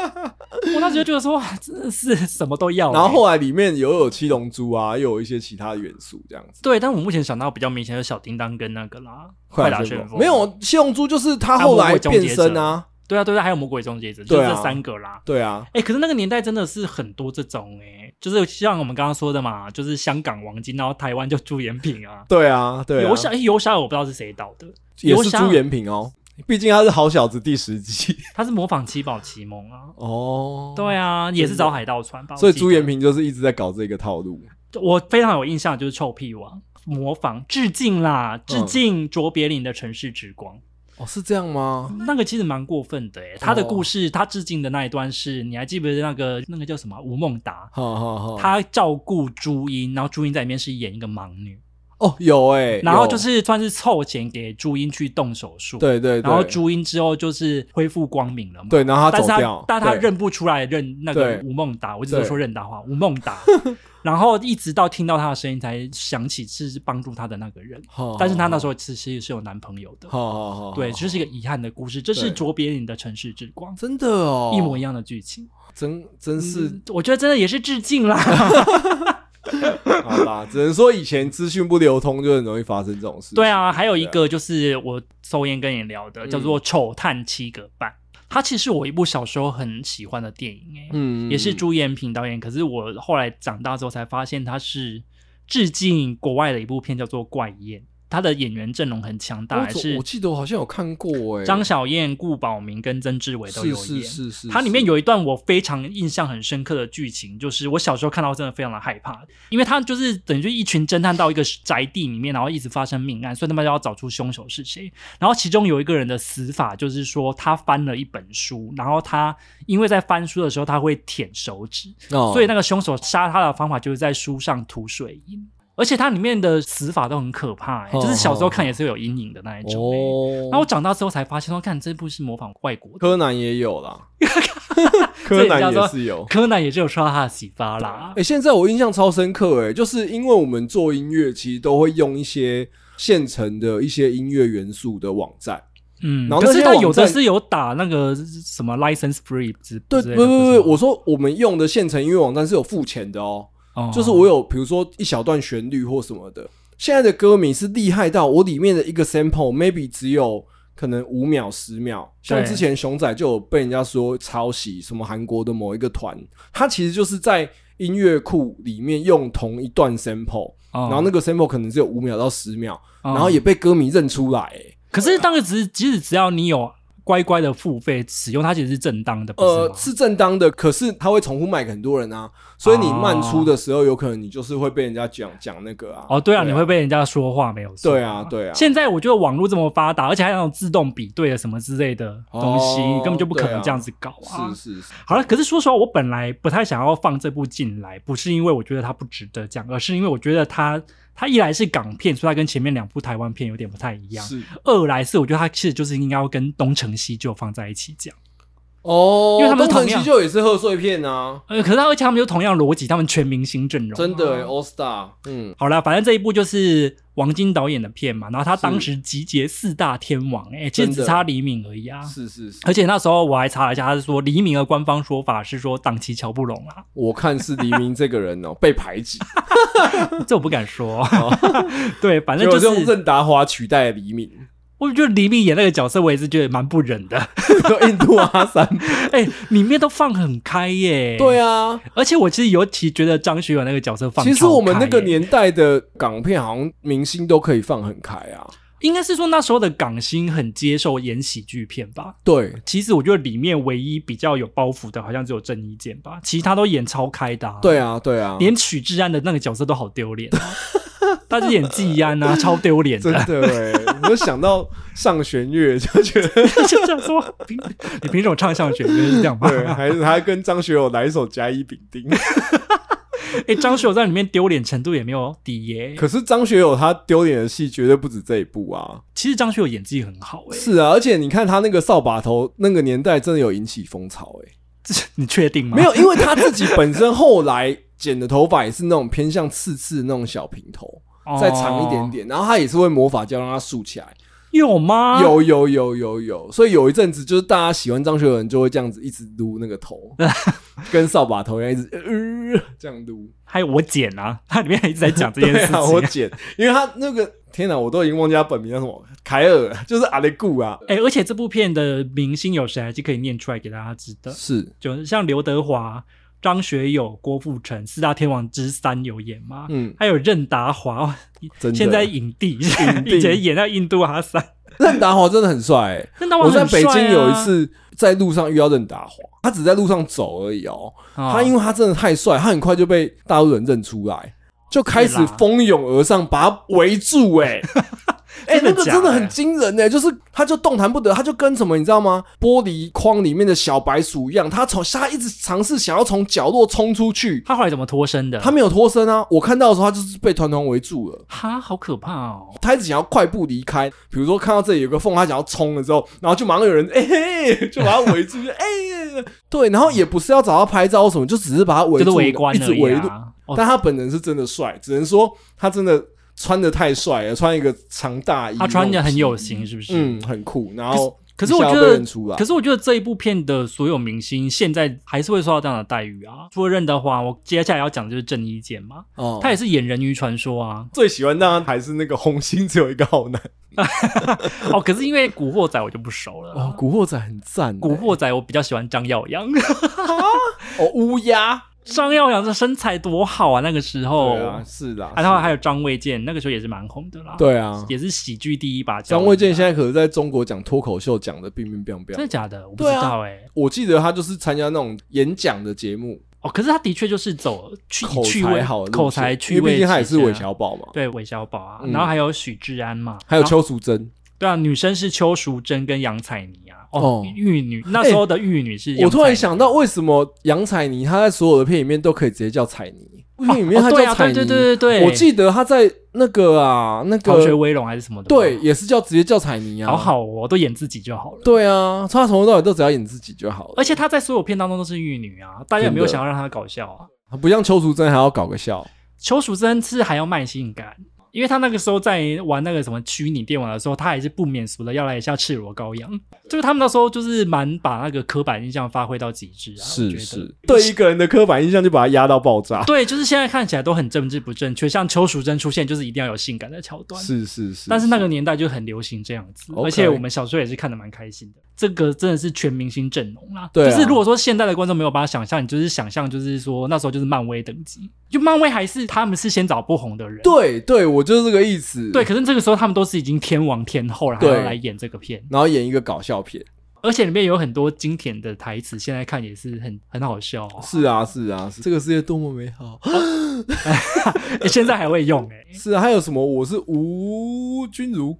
[LAUGHS] 我那时候觉得说，哇，真的是什么都要欸、然后后来里面有有七龙珠啊，又有一些其他的元素这样子。对，但我目前想到比较明显的小叮当跟那个啦，快打旋风啊没，有七龙珠，就是他后来变身啊，对啊，对啊，还有魔鬼终结者，就对啊这三个啦。对啊，哎、可是那个年代真的是很多这种哎、就是像我们刚刚说的嘛，就是香港王晶，然后台湾就朱延平啊，对啊， [LAUGHS] 对啊游，侠，哎、游侠我不知道是谁导的，也游是侠朱元 [LAUGHS] 平哦，毕竟他是好小子第十集他是模仿七宝奇蒙啊，哦，对啊，也是找海盗船吧，所以我记得朱元平就是一直在搞这个套路。我非常有印象，就是臭屁王模仿致敬啦，嗯致敬卓别林的《城市之光哦，是这样吗？》，那个其实蛮过分哦的诶、他的故事，他致敬的那一段是，你还记不记得那个那个叫什么啊吴孟达？好好好，他照顾朱茵，然后朱茵在里面是演一个盲女，哦有哎、然后有就是算是凑钱给朱茵去动手术，，对对对，然后朱茵之后就是恢复光明了嘛，对，然后但啊走是他掉，但他对认不出来认那个对吴孟达，我一直都对说任达华，吴孟 [LAUGHS] 达。然后一直到听到他的声音，才想起是帮助他的那个人。好但是他那时候，候其实是有男朋友的，哦好好好，对，好这是一个遗憾的故事。这是对卓别林的《城市之光》，真的哦，一模一样样，的剧情。真真是嗯我觉得真的也是致敬 [LAUGHS] 啦。好吧，只能说以前资讯不流通，就很容易发生这种事。对，啊，还有一个就是我抽烟跟你聊的，叫嗯做《丑探七个半》，它其实是我一部小时候很喜欢的电影、欸，嗯也是朱延平导演，可是我后来长大之后才发现他是致敬国外的一部片，叫做《怪宴》，他的演员阵容很强大，还我总是哦我记得我好像有看过哎，张小燕、顾宝明跟曾志伟都有是演。是是是，它里面是有一段我非常印象很深刻的剧情，就是我小时候看到真的非常的害怕，因为他就是等于就一群侦探到一个宅地里面，然后一直发生命案，所以他们要找出凶手是谁。然后其中有一个人的死法就是说他翻了一本书，然后他因为在翻书的时候他会舔手指，哦所以那个凶手杀他的方法就是在书上涂水印。而且它里面的死法都很可怕、欸，哦就是小时候看也是有阴影的那一种、欸。哦，然后我长大之后才发现，说看这部是模仿外国的，柯南也 [LAUGHS] 有啦，柯南也是有。柯南也是有受到他的启发啦哎、。现在我印象超深刻哎、就是因为我们做音乐，其实都会用一些现成的一些音乐元素的网站。嗯，然后可那是些他网站有的是有打那个什么 license free 之对，之不类的不不是吗不，我说我们用的现成音乐网站是有付钱的哦、哦就是我有比如说一小段旋律或什么的。现在的歌迷是厉害到我里面的一个 sample maybe 只有可能五秒十秒，像对之前熊仔就有被人家说抄袭什么韩国的某一个团，他其实就是在音乐库里面用同一段 sample，、哦然后那个 sample 可能只有五秒到十秒，哦然后也被歌迷认出来、欸可是当然只是即使只要你有。乖乖的付费使用，它其实是正当的，不是呃吗，是正当的，可是他会重复卖给很多人啊，所以你哦慢出的时候，有可能你就是会被人家讲讲那个啊。哦，对啊，你会被人家说话没有错？哦对啊，对啊，现在我觉得网络这么发达，而且还有那种自动比对的什么之类的东西，哦你根本就不可对能啊这样子搞啊。是是是，好了，可是说实话，我本来不太想要放这部进来，不是因为我觉得它不值得讲，而是因为我觉得它，它一来是港片，所以它跟前面两部台湾片有点不太一样；是二来是我觉得它其实就是应该要跟东成西就放在一起讲。哦，因为他们东同成样西就也是贺岁片啊，呃，可是它而且他们就同样逻辑，他们全明星阵容，真的、欸、，All Star，嗯，好啦，反正这一部就是王晶导演的片嘛，然后他当时集结四大天王、哎，其实真的只差李敏而已啊。是是是，而且那时候我还查了一下，他是说李敏的官方说法是说档期瞧不拢 [LAUGHS] 啊，我看是黎明这个人哦、 [LAUGHS] 被排挤，这我不敢说。 [LAUGHS] 对， [LAUGHS] 反结正果就哦用是，任达华取代了 [LAUGHS] 黎明，我觉得李敏演那个角色，我也是觉得蛮不忍的。 [LAUGHS] 印度阿三，哎、里面都放很开耶、对啊，啊，而且我其实尤其觉得张学友那个角色放超其开耶，实我们那个年代的港片，好像明星都可以放很开啊，应该是说那时候的港星很接受演喜剧片吧，对，其实我觉得里面唯一比较有包袱的，好像只有郑伊健吧，其他都演超开的、啊。对，啊，对啊，连许志安的那个角色都好丢脸、 [LAUGHS] 啊，他是演季安啊，超丢脸真的。的哎、欸，我就想到上弦月就觉得， [LAUGHS] 就这样说，凭你凭什么唱相学？就是这样吧。[LAUGHS] 对，还是他跟张学友来一首《甲乙丙丁》，哎、张学友在里面丢脸程度也没有低耶、可是张学友他丢脸的戏绝对不止这一部啊，其实张学友演技很好哎、 [LAUGHS] 是啊，而且你看他那个扫把头，那个年代真的有引起风潮哎、这是 [LAUGHS] 你确定吗？没有，因为他自己本身后来剪的头发也是那种偏向刺刺的那种小平头，哦，再长一点点，然后他也是会魔法胶让它竖起来，有吗？。有有有有有，所以有一阵子就是大家喜欢张学友的人就会这样子一直撸那个 [LAUGHS] 头，跟扫把头一样一直、呃、这样撸。还有我剪啊， [LAUGHS] 他里面一直在讲这件 [LAUGHS] 对事情。啊，我剪，因为他那个天哪，我都已经忘记他本名叫什么，凯尔，就是阿雷固啊，哎、而且这部片的明星有谁还是可以念出来给大家知道？是，就像刘德华、张学友、郭富城四大天王之三有演吗？嗯，还有任达华，哇真的现在影帝，帝以前演到印度阿三，任达华真的很帅、欸。任达华我在很帅北啊京有一，次在路上遇到任达华，他只在路上走而已哦、哦他因为他真的太帅，他很快就被大陆人认出来，就开始对啦蜂拥而上，把他围住、 [LAUGHS] 欸。哎，哎，真的那个假真的的很惊人呢、就是他就动弹不得，他就跟什么你知道吗？玻璃框里面的小白鼠一样，他从他一直尝试想要从角落冲出去，他后来怎么脱身的？他没有脱身啊。我看到的时候，他就是被团团围住了。哈，好可怕哦！他一直想要快步离开，比如说看到这里有个缝，他想要冲了之后，然后就马上有人哎、嘿，就把他围住，就哎、对，然哎后也不是要找他拍照什么，就只是把他围就住，哎是围观一直而已围住。啊。哦，但他本人是真的帅，只能说他真的穿的太帅了，穿一个长大衣，他穿的很有那型，是不是？种皮，嗯，很酷。然后可是我觉一下被啊得认出来，可是我觉得这一部片的所有明星现在还是会受到这样的待遇啊。除了任达华，我接下来要讲的就是郑伊健嘛，哦他也是演《人鱼传说》啊。最喜欢当然还是那个红星只有一个好男哦，可是因为《古惑仔》我就不熟了啦。哦，古惑仔很赞欸，古惑仔我比较喜欢张耀扬，哦乌鸦，张耀扬这身材多好啊！那个时候，对啊，是啦，然后是还有张卫健，那个时候也是蛮红的啦，、对啊，也是喜剧第一把交椅啊。张卫健现在可是在中国讲脱口秀讲的冰冰冰真的冰。假的？我不知对啊道哎、我记得他就是参加那种演讲的节目，哦，可是他的确就是走趣口趣才味好的路线，口才趣因为味毕起竟家，他也是韦小宝嘛，对韦小宝啊，嗯然后还有许志安嘛，还有然后邱淑贞。对啊，女生是邱淑贞跟杨采妮啊。哦哦，玉女那时候的玉女是杨采妮、我突然想到，为什么杨采妮她在所有的片里面都可以直接叫采妮？因为里面她哦对叫啊，采对妮，对对对对，我记得她在那个啊，那逃学个威龙还是什么的，对，也是叫直接叫采妮啊。好，好哦，我都演自己就好了。对啊，她从头到尾都只要演自己就好了，而且她在所有片当中都是玉女啊，大家有没有真的想要让她搞笑啊？不像邱淑贞还要搞个笑。邱淑贞是还要卖性感，因为她那个时候在玩那个什么虚拟电玩的时候，她还是不免俗的要来一下赤裸羔羊，就是他们那时候就是蛮把那个刻板印象发挥到极致啊，我觉是得是，对一个人的刻板印象就把他压到爆炸。对，就是现在看起来都很政治不正确，像邱淑贞出现就是一定要有性感的桥段，是是是，但是那个年代就很流行这样子， OK 而且我们小时候也是看的蛮开心的。这个真的是全明星阵容啦，对啊就是如果说现代的观众没有办法想象，你就是想象就是说那时候就是漫威等级，就漫威还是他们是先找不红的人，对对，我就是这个意思。对，可是这个时候他们都是已经天王天后了，还对要来演这个片，然后演一个搞笑片，而且里面有很多经典的台词，现在看也是很很好笑、 [LAUGHS] 哦是啊，是啊，是这个世界多么美好。欸现在还会用哎、是啊，还有什么？我是吴君如，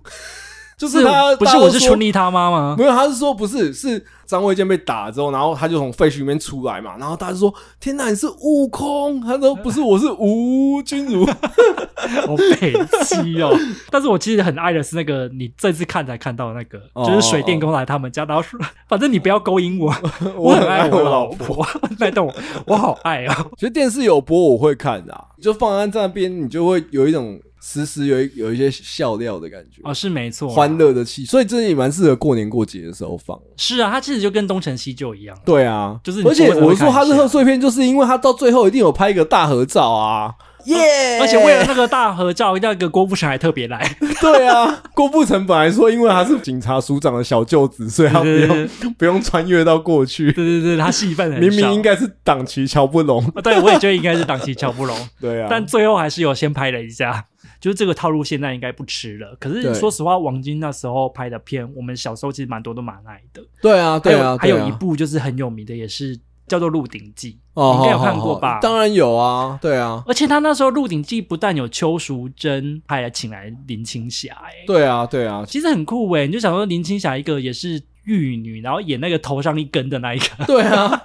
就是是他，不大是家都我是说春丽他妈吗？没有，他是说不是，是张卫健被打之后，然后他就从废墟里面出来嘛，然后他就说：“天哪，你是悟空！”他说：“不是，我是吴君如。好北七哦！但是我其实很爱的是那个你这次看才看到的那个，哦就是水电工来他们家，然后说反正你不要勾引 [LAUGHS] 我，我很很爱爱我我老婆，那栋我好爱哦。”其实电视有播我会看的、啊，就放在那边，你就会有一种时时有一有一些笑料的感觉，哦，是没错，欢乐的气，所以这也蛮适合过年过节的时候放。是啊，它其实就跟东成西就一样，对啊，就是你而且多了我会说看他一是下贺岁片，就是因为他到最后一定有拍一个大合照啊，耶、而且为了那个大合照，那个郭富城还特别来， [LAUGHS] [LAUGHS] 对啊，郭富城本来说因为他是警察署长的小舅子，所以他不对对用不用穿越到过去。对对对，他戏份很明少明应该是党旗乔不拢，啊对我也觉得应该是档期瞧不拢， [LAUGHS] 对啊，但最后还是有先拍了一下。就是这个套路现在应该不吃了，可是对说实话，王晶那时候拍的片，我们小时候其实蛮多都蛮爱的。对啊，对啊，还有对还有啊一部就是很有名的，也是叫做《鹿鼎记》，哦，你应该有好看过好吧好当然有啊，对啊，而且他那时候《鹿鼎记》不但有邱淑贞，他还请来林青霞、哎，对啊，[LAUGHS] 对啊，其实很酷哎、你就想说林青霞一个也是玉女，然后演那个头上一根的那一个 [LAUGHS] 对啊，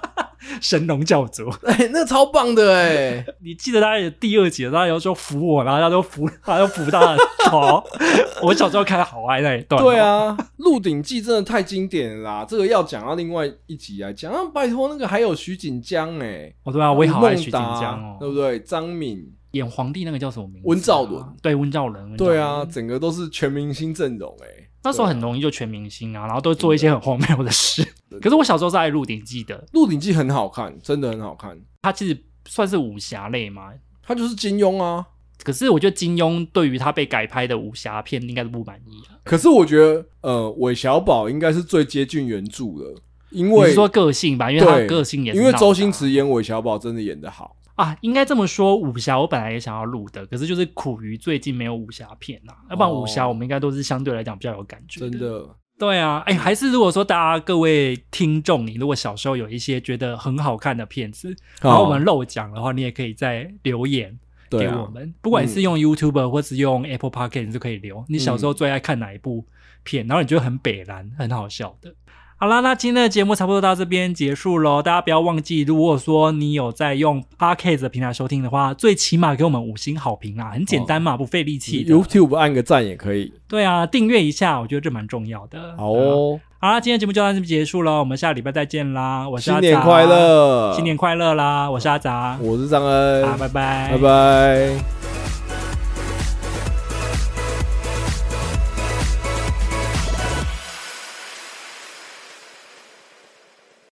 神龙教主，哎、那个超棒的哎、你记得他的第二集，他要说扶我，然后他就扶，他就扶他的头， [LAUGHS] 我小时候看好爱那一段、哦对，啊，《鹿鼎记》真的太经典了啦，这个要讲到另外一集来讲啊，拜托那个还有徐锦江哎、哦对啊，我也好爱吴孟徐锦达呃江哦，对不对？张敏，演皇帝那个叫什么名字、啊温兆伦，对温兆伦，温兆对伦啊，整个都是全明星阵容哎、那时候很容易就全明星啊，然后都做一些很荒谬的事。可是我小时候是爱《鹿鼎记》的， 《鹿鼎记》很好看，真的很好看。它其实算是武侠类嘛。它就是金庸啊，可是我觉得金庸对于他被改拍的武侠片应该是不满意啊。可是我觉得，呃，韦小宝应该是最接近原著的，因你为是说个性吧？因为他的个性也是因为闹周的星驰演韦小宝真的演得好。啊，应该这么说，武侠我本来也想要录的，可是就是苦于最近没有武侠片啊，要不然哦武侠我们应该都是相对来讲比较有感觉。真的，对啊，哎、还是如果说大家各位听众，你如果小时候有一些觉得很好看的片子，哦然后我们漏讲的话，你也可以再留言。对给我啊，们，不管你是用 YouTube 或是用 Apple Park，你都可以留。你小嗯时候最爱看哪一部片，然后你觉得很北蓝，很好笑的。好啦，那今天的节目差不多到这边结束喽。大家不要忘记，如果说你有在用 Podcast 的平台收听的话，最起码给我们五星好评啦，很简单哦嘛，不费力气的。 YouTube 按个赞也可以。对啊，订阅一下，我觉得这蛮重要的。好哦，好啦，今天节目就到这边结束喽，我们下礼拜再见啦。我是阿新杂，年快乐，新年快乐啦！我是阿杂，我是张恩，啊，拜拜，拜拜